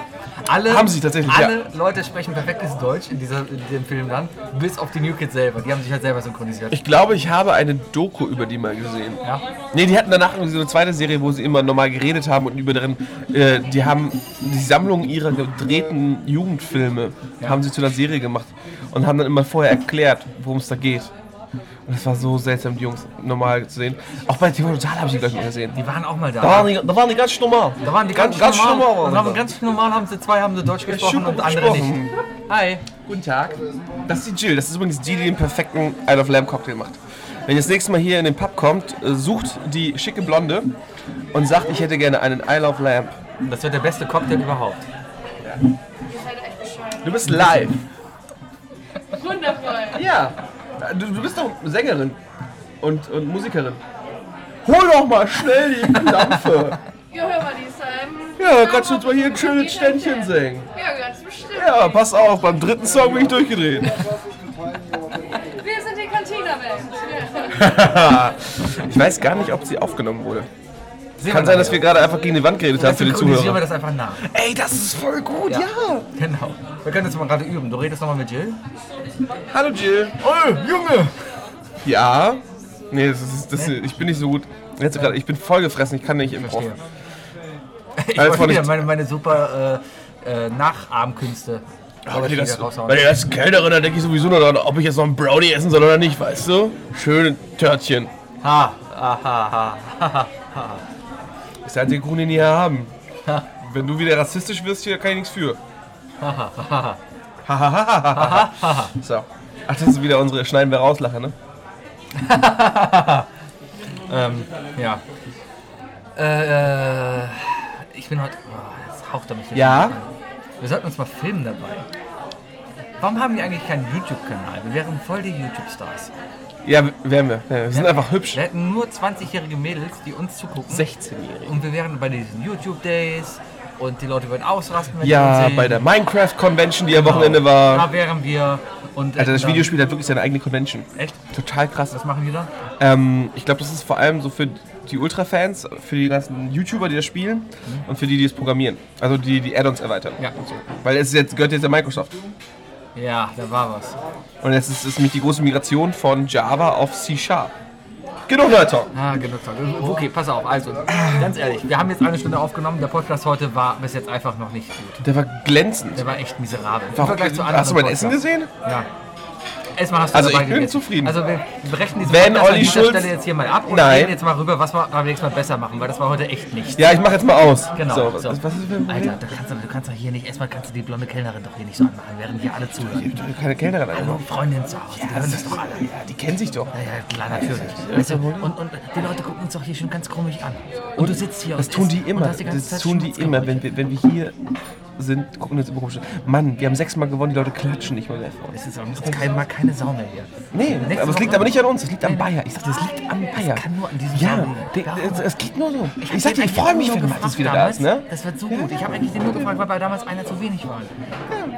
Alle,
Haben sie tatsächlich,
alle Leute sprechen perfektes Deutsch in, dieser, in dem Film dann, bis auf die New Kids selber. Die haben sich halt selber synchronisiert.
Ich glaube, ich habe eine Doku über die mal gesehen.
Ja.
Nee, die hatten danach irgendwie so eine zweite Serie, wo sie immer normal geredet haben und über deren, äh, die haben die Sammlung ihrer gedrehten Jugendfilme haben sie zu einer Serie gemacht und haben dann immer vorher erklärt, worum es da geht. Und das war so seltsam, die Jungs normal zu sehen. Auch bei TV Total habe ich die gleich mal gesehen.
Die waren auch mal da.
Da waren die, da waren die ganz normal.
Da waren die ganz, normal. und haben ganz normal haben sie zwei haben sie Deutsch gesprochen und andere nicht. Hi. Guten Tag.
Das ist die Jill. Das ist übrigens die, die den perfekten Isle of Lamb Cocktail macht. Wenn ihr das nächste Mal hier in den Pub kommt, äh, sucht die schicke Blonde und sagt, ich hätte gerne einen Isle of Lamb.
Das wird der beste Cocktail überhaupt.
Du bist live.
Wundervoll.
Ja. Du, du bist doch Sängerin und, und Musikerin. Hol doch mal schnell die [LAUGHS] Dampfe.
Ja, hör mal, die ist ähm,
ja, kannst du uns mal hier ein schönes Ständchen singen.
Ja, ganz bestimmt.
Ja, pass auf, beim dritten Song bin ich durchgedreht.
Wir sind die Cantina-Band. Ja.
[LAUGHS] Ich weiß gar nicht, ob sie aufgenommen wurde.
Sehen
Kann sein,
wir nachher.
dass wir gerade einfach gegen die Wand geredet haben
Dann
für die
synchronisieren wir
Zuhörer.
das einfach nach. [LAUGHS]
Ey, das ist voll gut,
Ja. Genau. Wir können jetzt mal gerade üben. Du redest nochmal mit Jill.
Hallo Jill.
Oh, Junge!
Ja. Nee, das ist, das ich bin nicht so gut. Jetzt gerade, ich bin vollgefressen, ich kann nicht im Prof.
Verstehe. Ich
Alles
wollte
von
wieder
nicht-
meine, meine super äh, äh, Nachahmkünste
Wenn
soll
die
ich
Ah, das,
wieder raushauen.
wenn die das Kellnerin, dann denke ich sowieso nur daran, ob ich jetzt noch einen Brownie essen soll oder nicht, weißt du? Schöne Törtchen.
Ha, ha, ha, ha, ha, ha.
Das ist der einzige Kuchen, den die hier haben. Wenn du wieder rassistisch wirst hier, kann ich nichts für. so. Ach, das ist wieder unsere Schneiden wir rauslache, ne?
Ähm, ja. Äh, ich bin heute. Oh, jetzt haucht er mich hier. Wir sollten uns mal filmen dabei. Warum haben die eigentlich keinen YouTube-Kanal? Wir wären voll die YouTube-Stars.
Ja, wären wir. Ja, wir sind einfach hübsch.
Wir hätten nur 20-jährige Mädels, die uns zugucken.
16-Jährige.
Und wir wären bei diesen YouTube-Days und die Leute würden ausrasten, wenn die
Ja,
uns sehen.
bei der Minecraft-Convention, die am
Genau.
Wochenende war.
Da wären wir. Und
Alter, das
dann-
Videospiel hat wirklich seine eigene Convention.
Echt?
Total krass.
Was machen die da?
Ähm, ich glaube, das ist vor allem so für die Ultra-Fans, für die ganzen YouTuber, die das spielen und für die, die es programmieren. Also die, die Add-ons erweitern.
Mhm. Ja.
Weil es ist jetzt, gehört jetzt der Microsoft.
Ja, da war was.
Und jetzt ist es nämlich die große Migration von Java auf Genau, C-Sharp. Genug Nerd Talk.
Ah, genug Zeit.
Oh.
Okay, pass auf. Also, ganz ehrlich, wir haben jetzt eine Stunde aufgenommen. Der Podcast heute war bis jetzt einfach noch nicht gut.
Der war glänzend.
Der war echt miserabel. Im
Warum-
Vergleich zu anderen
hast du mein
Podcasts.
Essen gesehen?
Ja. Erstmal hast du
Also
dabei
ich bin
gegessen.
zufrieden.
Also wir brechen diesen
Wenn
Podcast an
Olli
dieser
Schulz-
Stelle jetzt hier mal ab und
Nein.
reden jetzt mal rüber, was wir beim nächsten Mal besser machen, weil das war heute echt nicht.
Ja, ich mach jetzt mal aus.
Genau.
So,
so.
Was, was ist denn
Alter, da kannst du, du kannst doch hier nicht, erstmal kannst du die blonde Kellnerin doch hier nicht so anmachen, während hier alle zuhören.
keine Kellnerin
Hallo,
einfach.
Freundin zu Hause, die hören das doch alle.
Ja, die kennen sich doch.
Ja, ja, klar, natürlich. Weißt du, und, und die Leute gucken uns doch hier schon ganz komisch an. Und du sitzt hier
Das
und
tun die
isst und
immer.
hast ganze
Das
Zeit
tun die immer,
Schmutzgeräusche.
wenn wir, wenn wir hier sind, gucken uns immer komisch an. Mann, wir haben sechsmal gewonnen, die Leute klatschen nicht mal mehr vor uns.
Es ist, es ist kein, mal keine Sau mehr hier.
Nee, aber
Nächste
es
Woche-
liegt aber nicht an uns, es liegt am
Nein.
Bayer. Ich sagte, es liegt am Bayer.
kann nur an diesem
Ja,
Bayer
der-
liegen.
es, es geht nur so. Ich,
hab
sag dir,
den
ich freue mich,
eigentlich
wenn
nur
Mattes
gefragt
wieder da ist, ne?
damals. Das wird so gut. Ich habe eigentlich den nur gefragt, weil bei damals einer zu wenig war.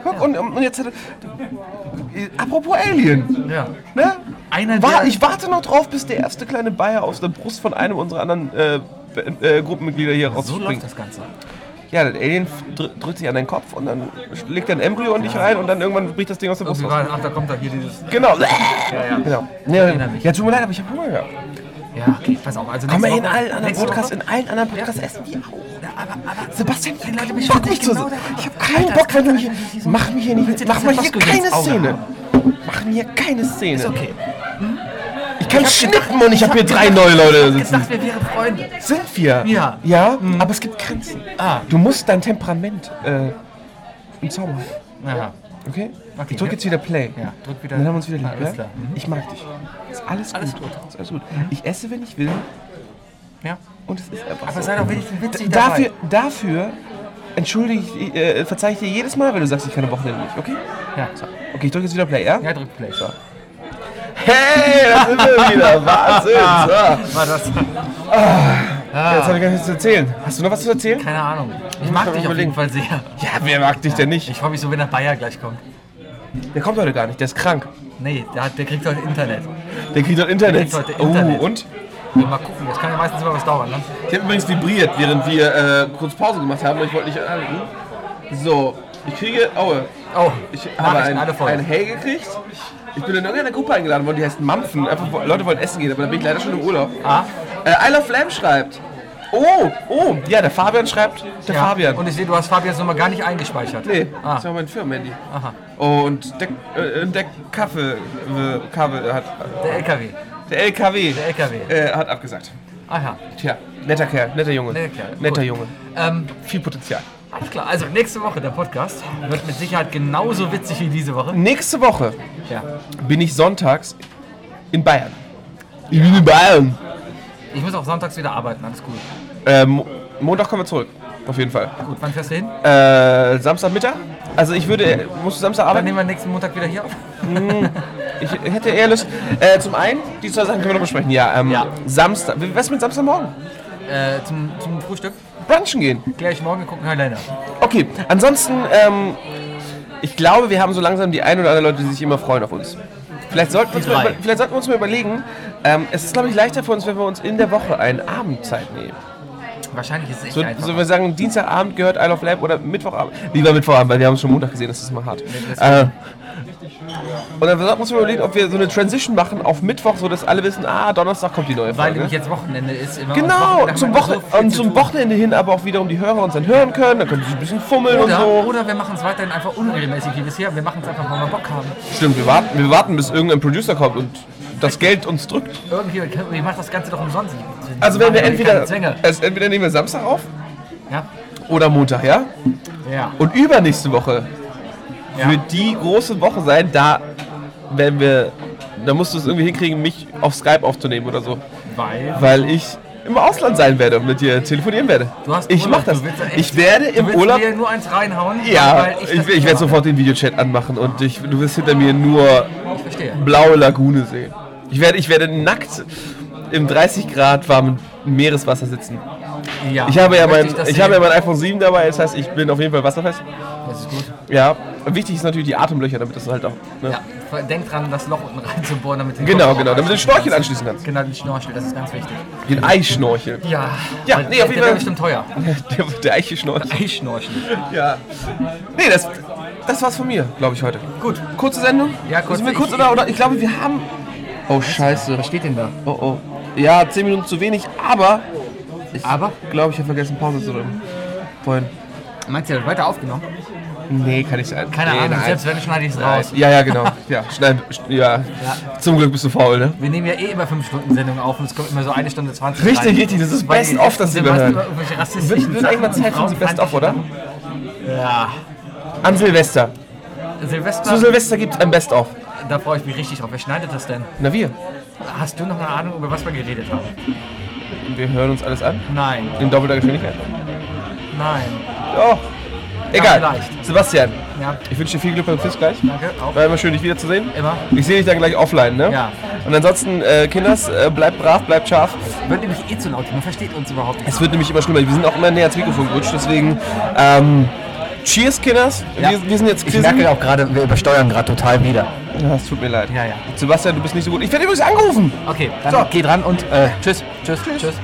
Guck, und, und jetzt hat er, Apropos Alien,
Ja.
ne?
Einer
War,
der-
ich warte noch drauf, bis der erste kleine Bayer aus der Brust von einem unserer anderen äh, äh, Gruppenmitglieder hier
So
rausspringt.
läuft das Ganze.
Ja, das Alien dr drückt sich an deinen Kopf und dann legt er ein Embryo in dich rein und dann irgendwann bricht das Ding aus der Brust
Irgendwie
raus.
war, Also ach, da kommt da hier dieses.
Genau.
Ja, ja.
genau.
erinnere
Nee,
mich.
ja, tut mir leid, aber ich habe Hunger gehabt.
Ja, okay, pass auf. Also
Haben wir
nächste
in
Woche-
allen anderen
nächste Woche-
Podcasts, in allen anderen Podcasts essen wir auch.
Ja, aber, aber
Sebastian,
die Leute
ich
beschweren
Bock
sich
mich zu.
genau
so-
darüber.
Ich habe keinen
Alter,
Bock,
das
wenn du
kann-
hier.
Wieso-
Mach mir hier
Willst
nicht.
du
Mach
das
mir hier
Tabasco ins
keine
Auge
Szene.
haben?
Mach mir keine
Ist
Szene.
okay.
Ich kann schnippen und ich habe hier drei neue Leute
Ich
sitzen.
dachte, wir wären Freunde.
Sind wir?
Ja. Mhm.
Ja, aber es gibt Grenzen.
Ah.
Du musst dein Temperament äh, im Zaum halten.
Aha.
Okay?
Okay,
ich drück
ja.
jetzt wieder Play.
Ja, drück wieder-
Dann haben wir uns wieder lieb,
Alles
ja?
klar. Mhm.
Ich mag dich. Ist alles gut.
Alles gut. Mhm.
Ist alles gut. Ich esse, wenn ich will.
Ja.
Und es ist einfach
Aber
so.
sei doch wenigstens witzig
Dafür,
dabei.
dafür entschuldige ich, äh, verzeih ich dir jedes Mal, wenn du sagst, ich kann am Wochenende nicht, okay?
Ja,
Okay, ich drücke jetzt wieder Play, ja?
ja drück Play. So.
Hey, da sind wir
[LAUGHS]
wieder. Wahnsinn. So.
War das?
Jetzt habe ich gar nichts zu erzählen. Hast du noch was zu erzählen?
Keine Ahnung. Ich mag
mal
dich auf
überlegen.
jeden Fall sehr.
Ja, wer mag dich denn nicht?
Ich freue mich so, wenn der Bayer gleich kommt.
Der kommt heute gar nicht, der ist krank.
Nee, der, hat, der kriegt heute Internet.
Der kriegt heute Internet.
Der kriegt heute Internet.
Oh, und?
Ja, mal gucken, das kann ja meistens immer was dauern, ne?
Ich habe übrigens vibriert, während wir äh, kurz Pause gemacht haben, aber ich wollte nicht anhalten. So, ich kriege. Aue.
Oh,
Ich habe
Nachrichten
ein,
alle voll.
ein Hey gekriegt. Ich bin in irgendeiner Gruppe eingeladen worden, die heißt Mampfen. Einfach, Leute wollen essen gehen, aber da bin ich leider schon im Urlaub.
Ah.
Äh, I Love Lamb schreibt. Oh, oh, ja, der Fabian schreibt. Der
Ja,
Fabian.
Und ich sehe, du hast Fabians Nummer gar nicht eingespeichert.
nee,
Ah.
das war mein Firmenhandy.
Aha.
Und der, äh, der Kaffee, äh, Kabel hat.
Der LKW.
Der LKW.
Der LKW.
Äh, hat abgesagt.
Ah ja.
Tja, netter Kerl, netter Junge.
Netter Kerl,
Netter
gut.
Junge.
Ähm,
Viel Potenzial.
alles klar. Also nächste Woche der Podcast wird mit Sicherheit genauso witzig wie diese Woche.
Nächste Woche
Ja.
bin ich sonntags in Bayern. Ich bin in Bayern.
Ich muss auch sonntags wieder arbeiten, alles gut.
Ähm, Mo- Montag kommen wir zurück. Auf jeden Fall.
Gut, wann fährst du hin?
Äh, Samstagmittag? Also ich würde, musst du Samstag
Dann
arbeiten?
nehmen wir nächsten Montag wieder hier auf.
Ich hätte eher Lust. Äh, zum einen, die zwei Sachen können wir noch besprechen. Ja, ähm,
Ja.
Samstag. Was mit Samstagmorgen?
Äh, zum, zum Frühstück.
Brunchen gehen.
Klär ich morgen, wir gucken Highlander.
Okay, ansonsten, ähm, ich glaube, wir haben so langsam die ein oder andere Leute, die sich immer freuen auf uns. Vielleicht sollten, wir uns mal,
drei.
über- vielleicht sollten wir uns mal überlegen, ähm, es ist, glaube ich, leichter für uns, wenn wir uns in der Woche einen Abend Zeit nehmen.
Wahrscheinlich ist es echt
So,
einfach.
so wir sagen, Dienstagabend gehört Isle of Lab oder Mittwochabend. Lieber Mittwochabend, weil wir haben es schon Montag gesehen, das ist mal hart. Äh, und dann sollten wir uns mal überlegen, ob wir so eine Transition machen auf Mittwoch, sodass alle wissen, ah, Donnerstag kommt die neue
weil
Folge.
nämlich jetzt Wochenende ist. Immer
Genau,
und Wochenende
zum,
haben wir
Wochen
immer so viel
und
zu
zum
tun.
Wochenende hin aber auch wiederum die Hörer uns dann hören können, dann können sie ein bisschen fummeln
Oder,
und so.
oder wir machen es weiterhin einfach unregelmäßig wie bisher. Wir machen es einfach, weil wir Bock haben.
Stimmt, wir warten, wir warten, bis irgendein Producer kommt und das Geld uns drückt.
Irgendwie, ich mache das Ganze doch umsonst. Ich-
Also wenn wir
Keine
entweder,
Zwänge.
es, entweder nehmen wir Samstag auf
Ja.
oder Montag, ja?
Ja.
Und übernächste Woche
Ja.
wird die große Woche sein, da werden wir, da musst du es irgendwie hinkriegen, mich auf Skype aufzunehmen oder so,
Weil.
weil ich im Ausland sein werde und mit dir telefonieren werde.
Du hast
ich
Urlaub,
mach das.
du willst ja echt-
ich werde
Du
im
willst
Urlaub
mir nur eins reinhauen.
Ja,
weil
ich,
das
ich,
nicht
werde
mache.
sofort den Videochat anmachen und ich, du wirst hinter mir nur
Ich verstehe.
blaue Lagune sehen. Ich werde, ich werde nackt im 30 Grad warmen Meereswasser sitzen.
Ja,
Ich habe ja
möchte
mein,
das
ich habe ja
sehen?
mein iPhone 7 dabei, das heißt, ich bin auf jeden Fall wasserfest.
Das ist gut.
Ja, wichtig ist natürlich die Atemlöcher, damit das halt auch. Ne?
Ja, denk dran, das Loch unten reinzubohren, damit du den
Genau,
Kopf
genau, damit du den
aufreißen
Schnorchel anschließen kannst.
Genau, den Schnorchel, das ist ganz wichtig.
Den Eischnorchel.
Ja,
Ja,
weil
nee,
der,
auf jeden
der wäre
Fall.
bestimmt teuer.
[LAUGHS] Der, der Eichschnorchel.
Eichschnorchel.
Ja. Nee, das, das war's von mir, glaube ich, heute.
Gut.
Kurze Sendung?
Ja, kurz.
Sind wir kurz
Ich-
oder, oder? Ich glaube, wir haben. Oh, Scheiße.
Was steht denn da?
Oh, oh. Ja, 10 Minuten zu wenig, aber. Ich
Aber?
glaube, ich habe vergessen, Pause zu drücken. Vorhin.
Meinst du, der wird weiter aufgenommen?
Nee, kann ich sein.
Keine
nee,
Ahnung,
nein.
selbst wenn, schneide ich es raus.
Ja, ja, genau. Ja, schnell. Ja. Zum Glück bist du faul, ne?
Wir nehmen ja eh immer 5-Stunden-Sendungen auf und es kommt immer so eine Stunde 20
Richtig,
rein.
richtig, das ist
Weil
best
die-
of, dass
die
wir hören.
über irgendwelche
Wird
rassistischen
wird eigentlich mal
Sachen
Zeit für
und
die Best of,
frauenfeindlichen
oder?
Sachen. Ja.
An Silvester. Zu
Silvester,
Silvester gibt's ein Best of.
da freue ich mich richtig drauf. Wer schneidet das denn?
Na wir.
Hast du noch eine Ahnung, über was wir geredet haben?
Wir hören uns alles an.
Nein,
In doppelter Geschwindigkeit.
nein.
Oh. Egal.
vielleicht.
Sebastian,
Ja,
ich wünsche dir viel Glück beim Quiz gleich.
danke. Auch
War immer schön, dich wiederzusehen.
immer.
Ich sehe dich dann gleich offline, ne?
Ja.
Und ansonsten, äh, Kinders, äh, bleibt brav, bleibt scharf.
Wird nämlich eh zu laut. Man versteht uns überhaupt nicht.
Es wird nämlich immer schlimmer. Wir sind auch immer näher ans Mikrofon gerutscht, deswegen. Ähm, Cheers, Kinders.
Ja.
Wir, wir sind jetzt
Ich merke auch gerade, wir übersteuern gerade total wieder.
Ja, es tut mir leid.
Ja, ja.
Sebastian, du bist nicht so gut. Ich werde übrigens angerufen.
Okay,
Dann
So.
geh dran und äh,
tschüss, tschüss, tschüss.